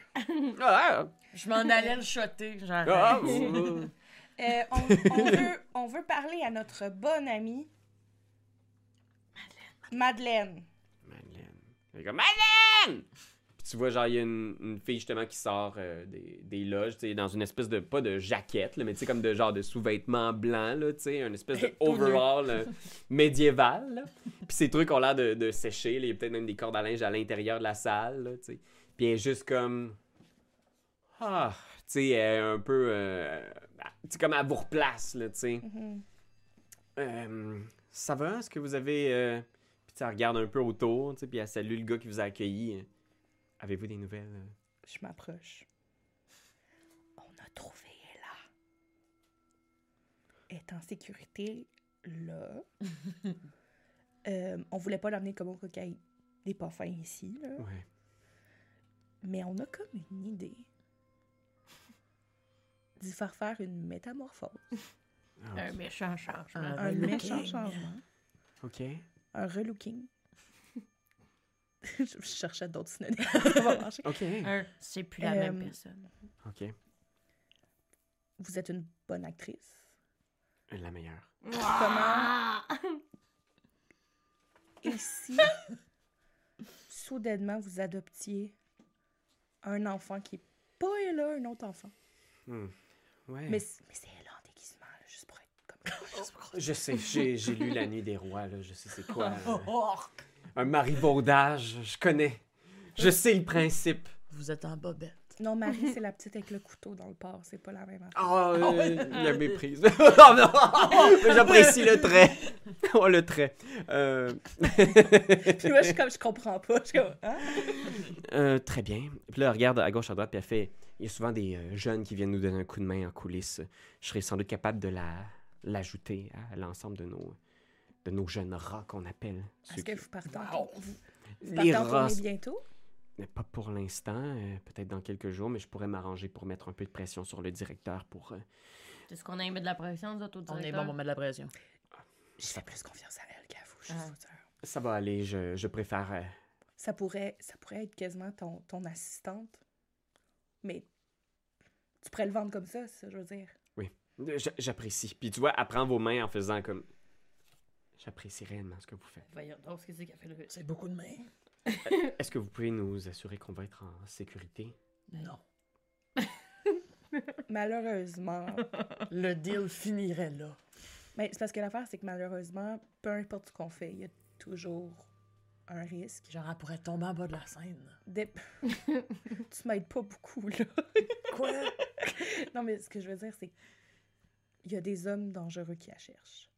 [SPEAKER 5] Ah!
[SPEAKER 3] Je m'en allais le shotter, genre.
[SPEAKER 5] ah, vous-
[SPEAKER 2] Euh, on, on veut, on veut parler à notre bonne amie. Madeleine.
[SPEAKER 5] Madeleine. Elle est comme Madeleine! Puis tu vois, genre, il y a une, une fille justement qui sort euh, des, des loges, tu sais, dans une espèce de, pas de jaquette, là, mais tu sais, comme de genre de sous-vêtements blancs, là, tu sais, une espèce de overall euh, médiéval, là. Puis ces trucs ont l'air de, de sécher, là. il y a peut-être même des cordes à linge à l'intérieur de la salle, là, tu sais. Puis elle est juste comme. Ah! Tu sais, elle est un peu. euh, Tu sais, comme elle vous replace, là, tu sais.
[SPEAKER 2] Mhm.
[SPEAKER 5] Euh, ça va? Est-ce que vous avez. euh, Puis tu sais, elle regarde un peu autour, tu sais, puis elle salue le gars qui vous a accueilli. Avez-vous des nouvelles? euh?
[SPEAKER 2] Je m'approche. On a trouvé Ella. Elle est en sécurité là. Euh, on voulait pas l'emmener comme au cocaïne. Des pas fins ici, là.
[SPEAKER 5] Ouais.
[SPEAKER 2] Mais on a comme une idée d'y faire faire une métamorphose.
[SPEAKER 5] Ah,
[SPEAKER 4] Un méchant changement.
[SPEAKER 3] Un
[SPEAKER 2] Un méchant
[SPEAKER 3] relooking.
[SPEAKER 2] changement.
[SPEAKER 5] ok.
[SPEAKER 2] Un relooking. je *laughs* je cherchais d'autres synonymes. Ça va marcher.
[SPEAKER 5] OK.
[SPEAKER 4] Un, c'est plus la même
[SPEAKER 2] Euh,
[SPEAKER 4] personne.
[SPEAKER 5] OK.
[SPEAKER 2] Vous êtes une bonne actrice.
[SPEAKER 5] La meilleure.
[SPEAKER 4] Comment?
[SPEAKER 2] Et si soudainement vous adoptiez un enfant qui n'est pas Ella, un autre enfant.
[SPEAKER 5] Ouais.
[SPEAKER 2] Mais, c- mais c'est Ella en déguisement, là, juste pour être comme
[SPEAKER 5] Je sais, j'ai j'ai lu La Nuit des Rois, là, je sais c'est quoi. là.
[SPEAKER 3] Oh,
[SPEAKER 5] Un marivaudage, je connais. Je sais le principe.
[SPEAKER 3] vous êtes en bobette.
[SPEAKER 2] Non, Marie, c'est la petite avec le couteau dans le porc, c'est pas la même affaire.
[SPEAKER 5] Ah, euh, la méprise. *laughs* oh non! Mais J'apprécie le trait. Oh, le trait. Euh,
[SPEAKER 2] Puis moi, je suis comme, je comprends pas. Je suis comme, hein?
[SPEAKER 5] euh, très bien. Puis là, elle regarde à gauche, à droite, puis elle fait... Il y a souvent des euh, jeunes qui viennent nous donner un coup de main en coulisses. Je serais sans doute capable de la l'ajouter à l'ensemble de nos, de nos jeunes rats qu'on appelle.
[SPEAKER 2] Est-ce
[SPEAKER 5] ceux
[SPEAKER 2] que
[SPEAKER 5] qui-
[SPEAKER 2] vous partez en
[SPEAKER 3] Wow.
[SPEAKER 2] vous, vous
[SPEAKER 5] Les
[SPEAKER 2] partez en tournée
[SPEAKER 5] rats
[SPEAKER 2] bientôt?
[SPEAKER 5] Mais pas pour l'instant, euh, peut-être dans quelques jours, mais je pourrais m'arranger pour mettre un peu de pression sur le directeur pour... euh,
[SPEAKER 4] C'est ce qu'on a aimé de la pression, nous autres, au
[SPEAKER 3] On est
[SPEAKER 4] directeur?
[SPEAKER 3] bon, on met de la pression.
[SPEAKER 2] Je fais plus confiance à elle qu'à vous, je suis
[SPEAKER 4] Ah.
[SPEAKER 2] sûre.
[SPEAKER 5] Ça va aller, je, je préfère... euh,
[SPEAKER 2] Ça pourrait, ça pourrait être quasiment ton, ton assistante. Mais tu pourrais le vendre comme ça, ça, je veux dire.
[SPEAKER 5] J- J'apprécie. Puis tu vois, elle prend vos mains en faisant comme... J'apprécie réellement ce que vous faites.
[SPEAKER 4] Voyons donc ce que c'est qu'a fait le...
[SPEAKER 3] C'est beaucoup de mains.
[SPEAKER 5] Est-ce que vous pouvez nous assurer qu'on va être en sécurité?
[SPEAKER 4] Ben,
[SPEAKER 3] Non. *laughs*
[SPEAKER 2] Malheureusement.
[SPEAKER 3] Le deal finirait là.
[SPEAKER 2] mais c'est parce que l'affaire, c'est que malheureusement, peu importe ce qu'on fait, il y a toujours un risque.
[SPEAKER 3] Genre, elle pourrait tomber en bas de la scène. *laughs*
[SPEAKER 2] Dé- tu m'aides pas beaucoup, là.
[SPEAKER 3] Quoi?
[SPEAKER 2] Non, mais ce que je veux dire, c'est qu'il y a des hommes dangereux qui la cherchent.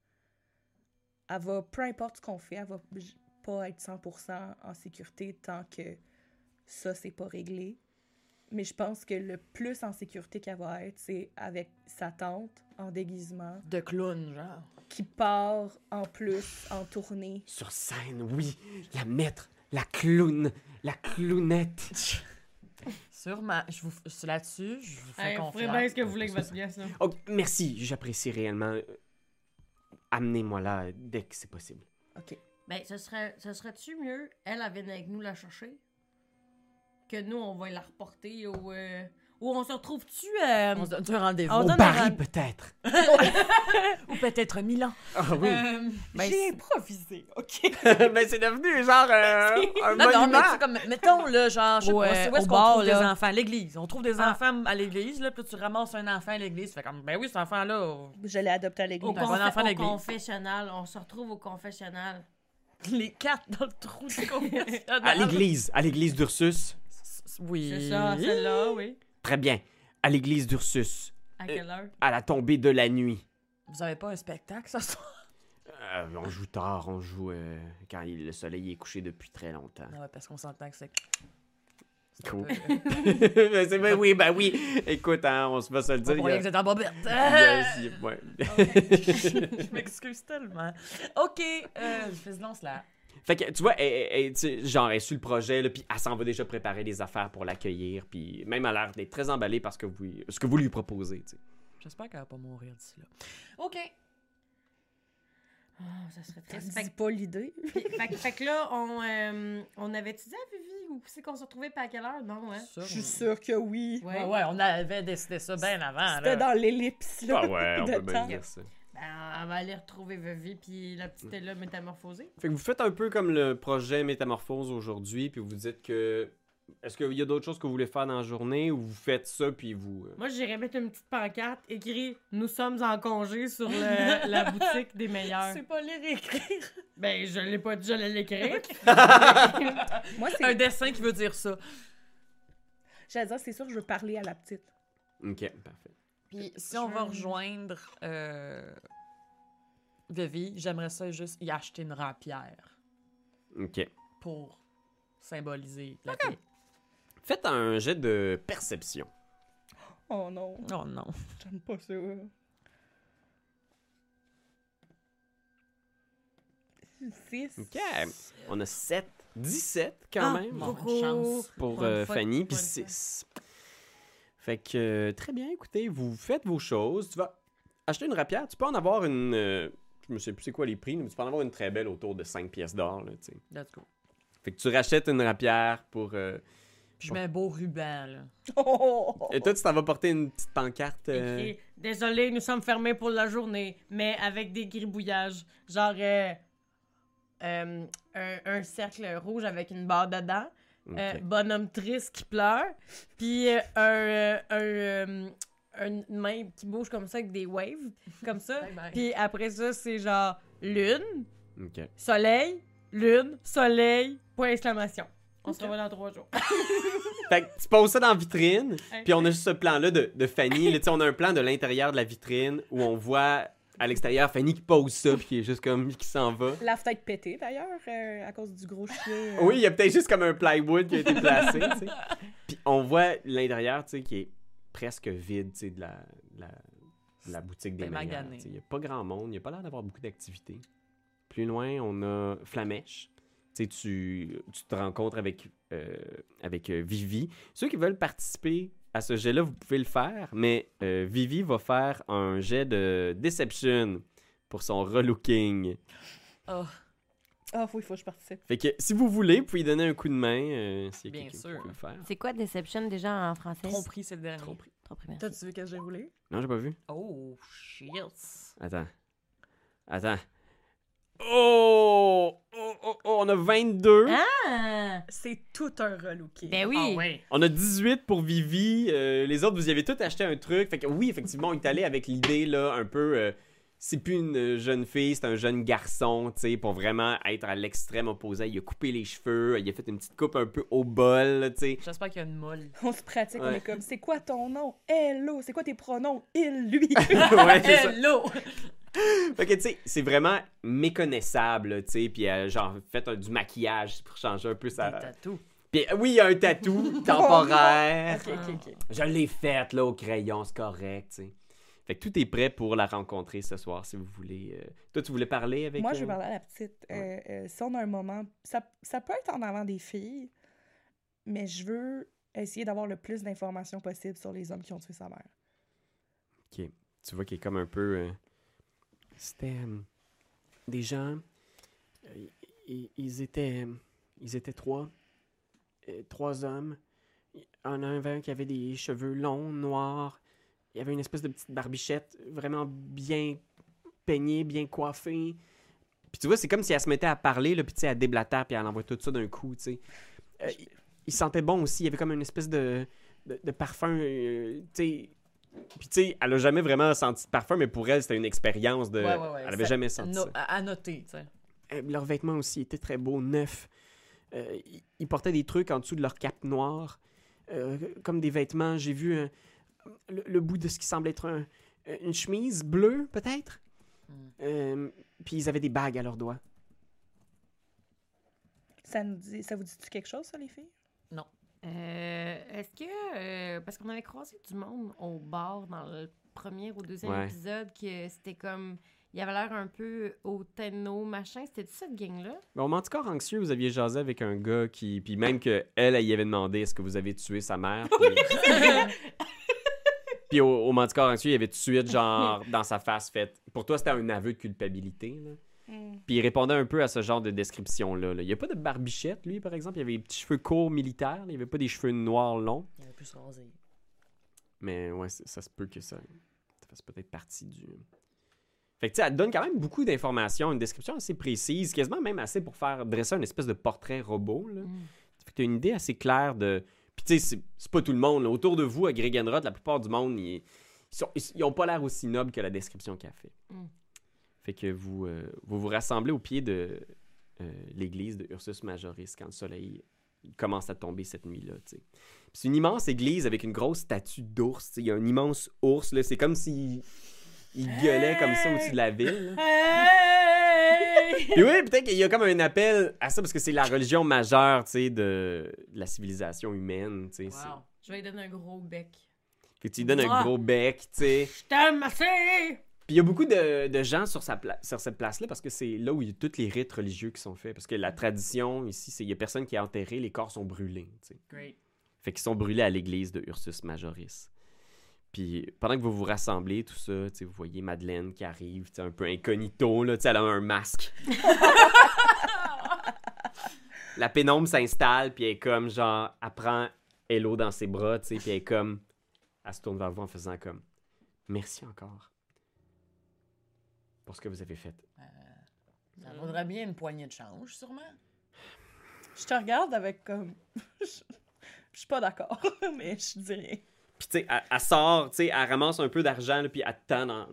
[SPEAKER 2] Elle va, peu importe ce qu'on fait, elle va j- pas être 100% en sécurité tant que ça, c'est pas réglé. Mais je pense que le plus en sécurité qu'elle va être, c'est avec sa tante en déguisement
[SPEAKER 3] De clown, genre.
[SPEAKER 2] qui part en plus en tournée.
[SPEAKER 5] Sur scène, oui! La maître! La clown! La clownette!
[SPEAKER 3] Sûrement. Je vous... f- Là-dessus, je vous fais
[SPEAKER 4] Hey, vous
[SPEAKER 3] confiance.
[SPEAKER 4] ferez bien ce que vous voulez que votre pièce, là.
[SPEAKER 5] Oh, merci! J'apprécie réellement. Euh, Amenez-moi là dès que c'est possible.
[SPEAKER 2] OK.
[SPEAKER 4] Ben, ce serait, ce serait-tu mieux, elle, elle vienne avec nous la chercher? Que nous, on va la reporter au... euh, Ou on se retrouve-tu euh,
[SPEAKER 3] On se donne un rendez-vous.
[SPEAKER 4] On
[SPEAKER 5] Au
[SPEAKER 4] donne un
[SPEAKER 5] Paris,
[SPEAKER 4] rend-
[SPEAKER 5] peut-être!
[SPEAKER 3] Ou peut-être Milan.
[SPEAKER 5] Ah *laughs* oui!
[SPEAKER 4] euh,
[SPEAKER 3] Ben,
[SPEAKER 2] J'ai
[SPEAKER 3] c'est-
[SPEAKER 2] improvisé, OK?
[SPEAKER 5] ben c'est devenu genre euh, un
[SPEAKER 3] *laughs* Non, non, mais
[SPEAKER 5] monument!
[SPEAKER 3] tu sais, comme, mettons, là, genre, je sais
[SPEAKER 4] Au,
[SPEAKER 3] pas,
[SPEAKER 4] euh,
[SPEAKER 3] c'est où
[SPEAKER 4] au
[SPEAKER 3] est-ce qu'on
[SPEAKER 4] bar,
[SPEAKER 3] trouve des
[SPEAKER 4] là.
[SPEAKER 3] enfants? À l'église. On trouve des
[SPEAKER 4] Ah.
[SPEAKER 3] enfants à l'église, là, puis tu ramasses un enfant à l'église. Tu fais comme, ben oui, cet enfant-là, on-
[SPEAKER 2] Je l'ai adopté à
[SPEAKER 4] au,
[SPEAKER 2] l'église.
[SPEAKER 3] bon
[SPEAKER 4] confé-
[SPEAKER 3] enfant
[SPEAKER 4] au
[SPEAKER 3] d'église.
[SPEAKER 4] confessionnal? On se retrouve au confessionnal.
[SPEAKER 3] les quatre dans le trou *laughs* du confessionnal.
[SPEAKER 5] À l'église! À l'église d'Ursus!
[SPEAKER 3] Oui.
[SPEAKER 4] C'est ça, celle-là, oui.
[SPEAKER 5] Très bien! À l'église d'Ursus!
[SPEAKER 4] À quelle heure?
[SPEAKER 5] à la tombée de la nuit.
[SPEAKER 3] Vous avez pas un spectacle ce soir?
[SPEAKER 5] Euh, on joue tard, on joue euh, quand il- le soleil est couché depuis très longtemps.
[SPEAKER 3] Non, ouais, parce qu'on s'entend que c'est. *laughs* c'est un
[SPEAKER 5] Cool.
[SPEAKER 3] peu-
[SPEAKER 5] *laughs* c'est ben oui, ben oui. Écoute, hein, on se va se
[SPEAKER 3] Pas
[SPEAKER 5] le dire.
[SPEAKER 3] pour
[SPEAKER 5] il
[SPEAKER 3] rien
[SPEAKER 5] y a-
[SPEAKER 3] que vous êtes en bobette. *laughs*
[SPEAKER 5] il y a- ouais.
[SPEAKER 3] je m'excuse tellement. OK, euh, je fais ce lance-là.
[SPEAKER 5] Fait que tu vois, elle, elle- elle, tu sais, genre elle suit le projet, là, puis elle s'en va déjà préparer les affaires pour l'accueillir, puis même à l'air d'être très emballée parce que vous, ce que vous lui proposez. tu sais.
[SPEAKER 3] J'espère qu'elle va pas mourir d'ici là. OK.
[SPEAKER 4] Oh, ça serait
[SPEAKER 2] Ça
[SPEAKER 4] très...
[SPEAKER 2] me
[SPEAKER 4] Fait,
[SPEAKER 2] dit pas l'idée.
[SPEAKER 4] que- fait que- fait que là, on, euh, on avait-tu dit à Vivi où c'est qu'on se retrouvait pas à quelle heure? Non, hein?
[SPEAKER 2] Je suis sûre que oui.
[SPEAKER 3] Ouais, ouais, on avait décidé ça bien avant.
[SPEAKER 2] C'était
[SPEAKER 3] Là.
[SPEAKER 2] dans l'ellipse, là.
[SPEAKER 5] Ah ouais,
[SPEAKER 2] *laughs*
[SPEAKER 5] on
[SPEAKER 2] de
[SPEAKER 5] peut bien
[SPEAKER 2] temps.
[SPEAKER 5] dire ça.
[SPEAKER 4] Ben, on va aller retrouver Vivi puis la petite Ella métamorphosée.
[SPEAKER 5] Fait que vous faites un peu comme le projet Métamorphose aujourd'hui, puis vous dites que. Est-ce qu'il y a d'autres choses que vous voulez faire dans la journée ou vous faites ça, puis vous. euh,
[SPEAKER 4] Moi, j'irais mettre une petite pancarte écrit Nous sommes en congé sur
[SPEAKER 3] *laughs*
[SPEAKER 4] le- la boutique des meilleurs.
[SPEAKER 3] pas lire et écrire.
[SPEAKER 4] Ben, je l'ai pas dit, je l'ai écrit.
[SPEAKER 2] Moi, c'est...
[SPEAKER 3] Un dessin qui veut dire ça.
[SPEAKER 2] J'allais dire, c'est sûr que je veux parler à la petite.
[SPEAKER 5] euh, Ok, parfait.
[SPEAKER 3] Puis si on va rejoindre euh, Vivi, j'aimerais ça juste y acheter une rapière
[SPEAKER 5] Ok.
[SPEAKER 3] pour symboliser la paix.
[SPEAKER 5] Faites un jet de perception.
[SPEAKER 2] Oh non,
[SPEAKER 3] Oh non.
[SPEAKER 2] j'aime pas ça. Six.
[SPEAKER 5] Ok. On a 7. 17 quand
[SPEAKER 4] Ah,
[SPEAKER 5] même.
[SPEAKER 3] Bonne
[SPEAKER 4] Beaucoup.
[SPEAKER 3] chance.
[SPEAKER 5] Pour
[SPEAKER 4] Pour une
[SPEAKER 5] euh,
[SPEAKER 4] fois-
[SPEAKER 5] Fanny,
[SPEAKER 4] pour
[SPEAKER 5] puis
[SPEAKER 4] une fois.
[SPEAKER 5] 6. Fait que, euh, très bien, écoutez, vous faites vos choses. Tu vas acheter une rapière. Tu peux en avoir une. euh, je me sais plus c'est quoi les prix, mais tu peux en avoir une très belle autour de 5 pièces d'or. là, tu sais.
[SPEAKER 3] Let's go.
[SPEAKER 5] Fait que tu rachètes une rapière pour. euh,
[SPEAKER 3] Puis je mets un beau ruban, là.
[SPEAKER 2] Oh, oh, oh.
[SPEAKER 5] Et toi, tu t'en vas porter une petite pancarte. euh,
[SPEAKER 4] Écrit, Désolé, nous sommes fermés pour la journée, mais avec des gribouillages. Genre euh, euh, un, un cercle rouge avec une barre dedans, euh,
[SPEAKER 5] ok.
[SPEAKER 4] bonhomme triste qui pleure, puis euh, un, euh, un, euh, une main qui bouge comme ça avec des waves, comme ça.
[SPEAKER 3] Bye bye.
[SPEAKER 4] Puis après ça, c'est genre lune,
[SPEAKER 5] Ok.
[SPEAKER 4] soleil, lune, soleil, point d'exclamation. On se revoit dans trois
[SPEAKER 3] *laughs*
[SPEAKER 4] jours. Hein?
[SPEAKER 5] Fait que tu poses ça dans la vitrine,
[SPEAKER 4] Hey.
[SPEAKER 5] puis on a juste ce plan-là de, de Fanny. Là, tu sais, on a un plan de l'intérieur de la vitrine où on voit à l'extérieur Fanny qui pose ça, puis qui est juste comme qui s'en va.
[SPEAKER 2] La fenêtre pétée, d'ailleurs, euh, à cause du gros chien. euh.
[SPEAKER 5] Oui, il y a peut-être juste comme un plywood qui a été placé, tu sais. *laughs* Puis on voit l'intérieur, tu sais, qui est presque vide, tu sais, de la, de la, de la boutique des
[SPEAKER 3] C'était
[SPEAKER 5] manières.
[SPEAKER 3] magané.
[SPEAKER 5] tu sais. Il n'y a pas grand monde, il n'y a pas l'air d'avoir beaucoup d'activités. Plus loin, on a Flamèche. Tu sais, tu, tu te rencontres avec, euh, avec euh, Vivi. Ceux qui veulent participer à ce jet-là, vous pouvez le faire, mais euh, Vivi va faire un jet de Deception pour son relooking.
[SPEAKER 3] Oh,
[SPEAKER 2] Ah oui, faut que je participe.
[SPEAKER 5] Fait que si vous voulez, vous pouvez lui donner un coup de main. euh, s'il y a
[SPEAKER 3] Bien
[SPEAKER 5] quelqu'un qui
[SPEAKER 3] sûr.
[SPEAKER 5] peut le faire.
[SPEAKER 6] C'est quoi Deception déjà en français?
[SPEAKER 3] tromperie, c'est le dernier.
[SPEAKER 5] Tromperie.
[SPEAKER 6] Tromperie, merci.
[SPEAKER 3] T'as-tu vu que j'ai roulé?
[SPEAKER 5] Non, j'ai pas vu.
[SPEAKER 3] Oh, shit!
[SPEAKER 5] Attends. Attends. Oh! Oh, oh, oh, on a 22.
[SPEAKER 3] Hein?
[SPEAKER 6] Ah!
[SPEAKER 2] C'est tout un relooké.
[SPEAKER 6] Ben oui!
[SPEAKER 3] Ah ouais.
[SPEAKER 5] On a 18 pour Vivi. Euh, les autres, vous y avez tous acheté un truc. Fait que oui, effectivement, on est allé avec l'idée, là, un peu... euh, c'est plus une euh, jeune fille, c'est un jeune garçon, tu sais, pour vraiment être à l'extrême opposé. Il a coupé les cheveux, il a fait une petite coupe un peu au bol, là, tu sais. *laughs*
[SPEAKER 3] J'espère qu'il y a une molle.
[SPEAKER 2] On se pratique, on
[SPEAKER 5] Ouais.
[SPEAKER 2] est comme, c'est quoi ton nom? Hello! C'est quoi tes pronoms? Il,
[SPEAKER 5] *laughs*
[SPEAKER 2] lui!
[SPEAKER 5] Ouais, Ah, c'est ça.
[SPEAKER 3] Hello!
[SPEAKER 5] Fait que, tu sais, c'est vraiment méconnaissable, là, tu sais, puis euh, genre, fait un- du maquillage pour changer un peu sa...
[SPEAKER 3] Des tatous.
[SPEAKER 5] Puis euh, oui, il y a
[SPEAKER 2] *laughs*
[SPEAKER 5] un tatou temporaire.
[SPEAKER 2] ok, ok, ok.
[SPEAKER 5] Je l'ai faite là au crayon, c'est correct, tu sais. Fait que tout est prêt pour la rencontrer ce soir si vous voulez. euh. Toi, tu voulais parler avec
[SPEAKER 2] Moi, je
[SPEAKER 5] euh,
[SPEAKER 2] vais parler à la petite. Euh, euh, si on a un moment, ça, ça peut être en avant des filles, mais je veux essayer d'avoir le plus d'informations possible sur les hommes qui ont tué sa mère.
[SPEAKER 5] Tu vois qu'il est comme un peu. euh, C'était euh, des gens. euh, i- i- ils étaient. Ils étaient trois. euh, trois hommes. Il y en a un, un qui avait des cheveux longs, noirs. Il y avait une espèce de petite barbichette vraiment bien peignée, bien coiffée. Puis tu vois, c'est comme si elle se mettait à parler, là, puis tu sais, à déblatère, puis elle envoie tout ça d'un coup, tu sais. Euh, il, il sentait bon aussi. Il y avait comme une espèce de, de, de parfum, euh, tu sais. Puis tu sais, elle a jamais vraiment senti de parfum, mais pour elle, c'était une expérience de...
[SPEAKER 3] Ouais, ouais, ouais.
[SPEAKER 5] Elle avait
[SPEAKER 3] Ça-
[SPEAKER 5] jamais senti
[SPEAKER 3] No-
[SPEAKER 5] ça.
[SPEAKER 3] à, à noter, tu sais.
[SPEAKER 5] Euh, leurs vêtements aussi étaient très beaux, neufs. Euh, ils- ils portaient des trucs en dessous de leur cape noire, euh, comme des vêtements. J'ai vu un- le, le bout de ce qui semble être un- euh, une chemise bleue, peut-être.
[SPEAKER 3] Mm.
[SPEAKER 5] Euh, puis ils avaient des bagues à leurs doigts.
[SPEAKER 2] Ça, nous dit, ça vous dit-tu quelque chose, ça, les filles?
[SPEAKER 4] Euh, est-ce que euh, parce qu'on avait croisé du monde au bar dans le premier ou deuxième
[SPEAKER 5] Ouais.
[SPEAKER 4] épisode que c'était comme il avait l'air un peu au tenno machin, c'était cette gang là
[SPEAKER 5] Bon, Manticore anxieux, vous aviez jasé avec un gars qui. Puis même que elle, elle y avait demandé est-ce que vous avez tué sa mère. Puis, Puis au, au Manticore anxieux, il avait tout de suite, genre, dans sa face faite. Pour toi, c'était un aveu de culpabilité. là. Puis il répondait un peu à ce genre de description-là. là. Il n'y a pas de barbichette, lui, par exemple. Il avait des petits cheveux courts militaires. là. Il n'y avait pas des cheveux noirs longs.
[SPEAKER 3] Il aurait pu se raser.
[SPEAKER 5] Mais ouais, c'est- ça se peut que ça, ça fasse peut-être partie du. Fait que tu sais, elle donne quand même beaucoup d'informations, une description assez précise, quasiment même assez pour faire dresser une espèce de portrait robot. Là.
[SPEAKER 3] Mm.
[SPEAKER 5] Fait que t'as une idée assez claire de. Puis tu sais, c'est- c'est pas tout le monde. là. Autour de vous, à Gregenrod, la plupart du monde, ils, ils, sont- ils- ils ont pas l'air aussi nobles que la description qu'elle fait.
[SPEAKER 4] Mm.
[SPEAKER 5] Fait que vous, euh, vous vous rassemblez au pied de euh, l'église de Ursus Majoris quand le soleil commence à tomber cette nuit-là. tu sais. Puis C'est une immense église avec une grosse statue d'ours. tu sais. Il y a un immense ours. là. C'est comme s'il il gueulait comme ça au-dessus de la ville. là. *laughs* Puis oui, peut-être qu'il y a comme un appel à ça parce que c'est la religion majeure tu sais, de, de la civilisation humaine. tu sais.
[SPEAKER 3] Wow.
[SPEAKER 4] Je vais lui donner un gros bec.
[SPEAKER 5] C'est- Fait que tu lui donnes un
[SPEAKER 4] Ah.
[SPEAKER 5] gros bec. tu sais.
[SPEAKER 4] Je t'aime assez.
[SPEAKER 5] Puis il y a beaucoup de, de gens sur, sa pla- sur cette place-là parce que c'est là où il y a tous les rites religieux qui sont faits. Parce que la tradition ici, c'est qu'il n'y a personne qui est enterré, les corps sont brûlés. tu sais.
[SPEAKER 3] Great.
[SPEAKER 5] Fait qu'ils sont brûlés à l'église de Ursus Majoris. Puis pendant que vous vous rassemblez, tout ça, tu sais, vous voyez Madeleine qui arrive, tu sais, un peu incognito, là, tu sais, elle a un masque. la pénombre s'installe, puis elle est comme, genre, elle prend Hello dans ses bras, tu sais, puis elle est comme, elle se tourne vers vous en faisant comme, merci encore pour ce que vous avez fait.
[SPEAKER 3] Ça vaudrait bien une poignée de change, *laughs* sûrement.
[SPEAKER 2] Je te regarde avec comme. *laughs* Je je suis pas d'accord, *laughs* mais je dis rien.
[SPEAKER 5] Puis, tu sais, elle, elle sort, tu sais, elle ramasse un peu d'argent, là, puis elle te tend en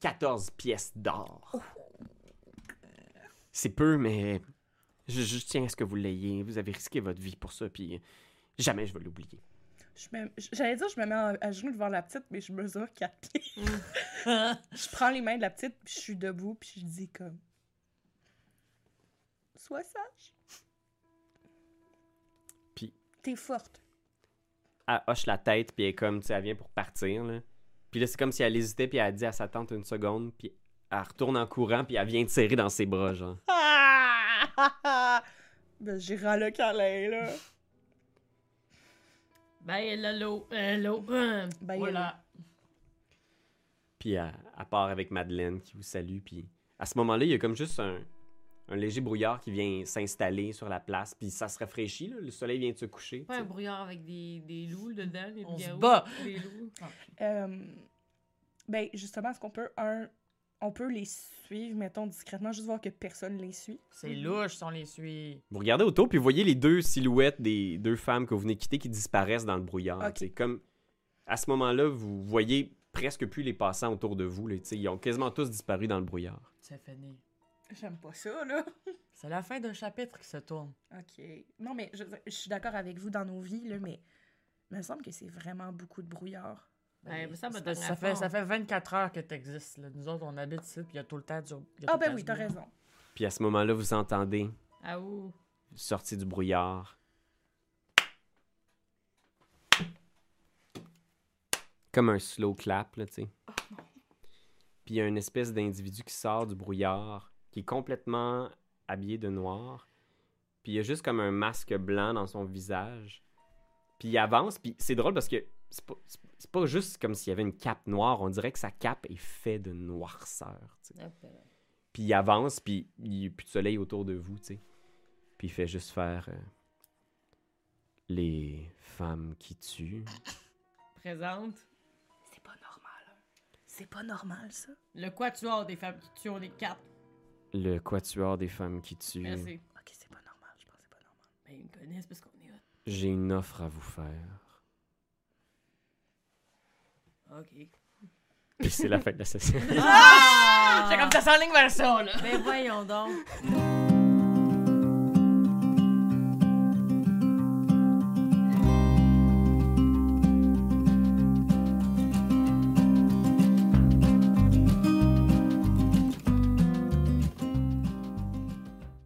[SPEAKER 5] 14 pièces d'or. C'est peu, mais je, je tiens à ce que vous l'ayez. Vous avez risqué votre vie pour ça, puis jamais je vais l'oublier.
[SPEAKER 2] Je me- J'allais dire, je me mets en- à genoux devant la petite, mais je mesure quatre pieds.
[SPEAKER 3] Ben,
[SPEAKER 2] je prends les mains de la petite, puis je suis debout, puis je dis comme. Sois sage.
[SPEAKER 5] Puis-
[SPEAKER 2] T'es forte. *laughs*
[SPEAKER 5] Elle hoche la tête, puis elle est comme, tu sais, elle vient pour partir, là. Puis là, c'est comme si elle hésitait, puis elle dit à sa tante une seconde, puis elle retourne en courant, puis elle vient te serrer dans ses bras, genre.
[SPEAKER 2] Ah! ben, j'ai ras le câlin, là.
[SPEAKER 4] Bye, hello, hello. euh,
[SPEAKER 2] Bye,
[SPEAKER 4] voilà.
[SPEAKER 5] Puis elle, elle part avec Madeleine qui vous salue. Puis à ce moment-là, il y a comme juste un, un léger brouillard qui vient s'installer sur la place. Puis ça se rafraîchit, là, le soleil vient de se coucher.
[SPEAKER 4] Pas un
[SPEAKER 5] t'sais.
[SPEAKER 4] brouillard avec des, des loups dedans, des
[SPEAKER 3] On se
[SPEAKER 4] loups-garous,
[SPEAKER 3] bat.
[SPEAKER 4] Des loups.
[SPEAKER 2] Euh, ben, justement, est-ce qu'on peut, un, on peut les suivre, mettons, discrètement, juste voir que personne les suit?
[SPEAKER 3] C'est louche si on les suit.
[SPEAKER 5] Vous regardez autour, puis vous voyez les deux silhouettes des deux femmes que vous venez quitter qui disparaissent dans le brouillard.
[SPEAKER 2] Ok.
[SPEAKER 5] t'sais. Comme à ce moment-là, vous voyez presque plus les passants autour de vous. Là, t'sais. ils ont quasiment tous disparu dans le brouillard.
[SPEAKER 3] C'est fini.
[SPEAKER 2] J'aime pas ça, là.
[SPEAKER 3] C'est la fin d'un chapitre qui se tourne.
[SPEAKER 2] OK. Non, mais je, je suis d'accord avec vous dans nos vies, là, mais il me semble que c'est vraiment beaucoup de brouillard.
[SPEAKER 4] Ben, ça,
[SPEAKER 3] C'est parce
[SPEAKER 4] me donne
[SPEAKER 3] que
[SPEAKER 4] la
[SPEAKER 3] ça fait,
[SPEAKER 4] forme.
[SPEAKER 3] ça fait 24 heures que t'existes. là. Nous autres, on habite ici, puis il y a tout le temps du. il y a
[SPEAKER 2] Ah,
[SPEAKER 3] tout le
[SPEAKER 2] ben
[SPEAKER 3] temps
[SPEAKER 2] oui,
[SPEAKER 3] du
[SPEAKER 2] t'as
[SPEAKER 3] monde.
[SPEAKER 2] raison.
[SPEAKER 5] Puis à ce moment-là, vous entendez,
[SPEAKER 4] Ah ouh.
[SPEAKER 5] sortie du brouillard, comme un slow clap, là, tu sais. Puis il y a une espèce d'individu qui sort du brouillard, qui est complètement habillé de noir. Puis il y a juste comme un masque blanc dans son visage. Puis il avance, puis c'est drôle parce que c'est pas, c'est- c'est pas juste comme s'il y avait une cape noire. On dirait que sa cape est faite de noirceur, tu sais. Puis il avance, puis il n'y a plus de soleil autour de vous, tu sais. Puis il fait juste faire... euh, les femmes qui tuent.
[SPEAKER 4] Présente.
[SPEAKER 2] C'est pas normal. hein. C'est pas normal, ça.
[SPEAKER 4] Le quatuor des femmes qui tuent, on est quatre.
[SPEAKER 5] Le quatuor des femmes qui tuent.
[SPEAKER 4] Merci.
[SPEAKER 2] OK, c'est pas normal. Je pense que c'est pas normal.
[SPEAKER 4] Ben, ils me connaissent parce qu'on est hot.
[SPEAKER 5] J'ai une offre à vous faire.
[SPEAKER 4] OK.
[SPEAKER 5] Et c'est la fin de la session.
[SPEAKER 4] C'est comme ça s'enligne vers ça, là. Ben voyons donc.